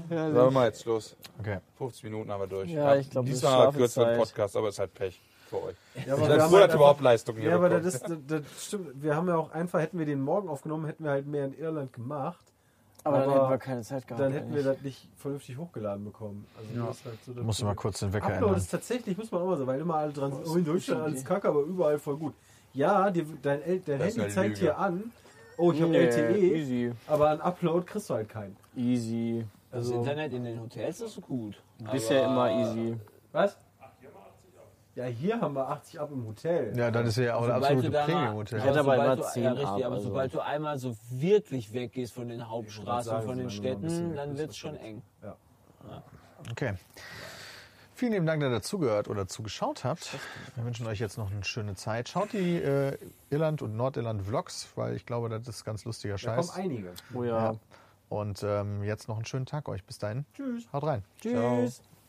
Sagen wir mal jetzt los. Okay. 50 Minuten haben wir durch. Ja, ich glaub, das ist Diesmal kürzer Schlafenszeit. ein Podcast, aber ist halt Pech für euch. Ja, aber Ich bin wir haben froh, halt dass einfach- überhaupt Leistung hier Ja, aber das, bekommt. ist, das, das stimmt. Wir haben ja auch einfach, hätten wir den morgen aufgenommen, hätten wir halt mehr in Irland gemacht. Aber, dann Aber hätten wir keine Zeit gehabt. Dann hätten wir eigentlich. das nicht vernünftig hochgeladen bekommen. Also das ist halt so das Musst du mal kurz den Wecker Upload ändern. ist tatsächlich, muss man auch mal sagen, weil immer alle dran sind, oh, in Deutschland alles kacke, aber überall voll gut. Ja, dir, dein, El dein Das ist Handy eine zeigt Lüge. hier an, oh, ich habe Nee, LTE, Easy. aber an Upload kriegst du halt keinen. E. Easy. Das Also, Internet in den Hotels ist gut. Bisher immer easy. was? Ja, hier haben wir 80 ab im Hotel. Ja, das ist ja auch ein Sobald du absolute da mal- Premium-Hotel. Ja, dabei sobald war du- 10 ja, richtig, ab, aber also. sobald du einmal so wirklich weggehst von den Hauptstraßen, sagen, von den wenn du mal ein bisschen Städten, weg dann bist, wird das es schon wird's. eng. Okay. Vielen lieben Dank, dass ihr dazugehört oder zugeschaut habt. Wir wünschen euch jetzt noch eine schöne Zeit. Schaut die äh, Irland- und Nordirland-Vlogs, weil ich glaube, das ist ganz lustiger Da Scheiß. kommen einige. Oh ja. Und ähm, jetzt noch einen schönen Tag euch. Bis dahin. Tschüss. Haut rein. Tschüss.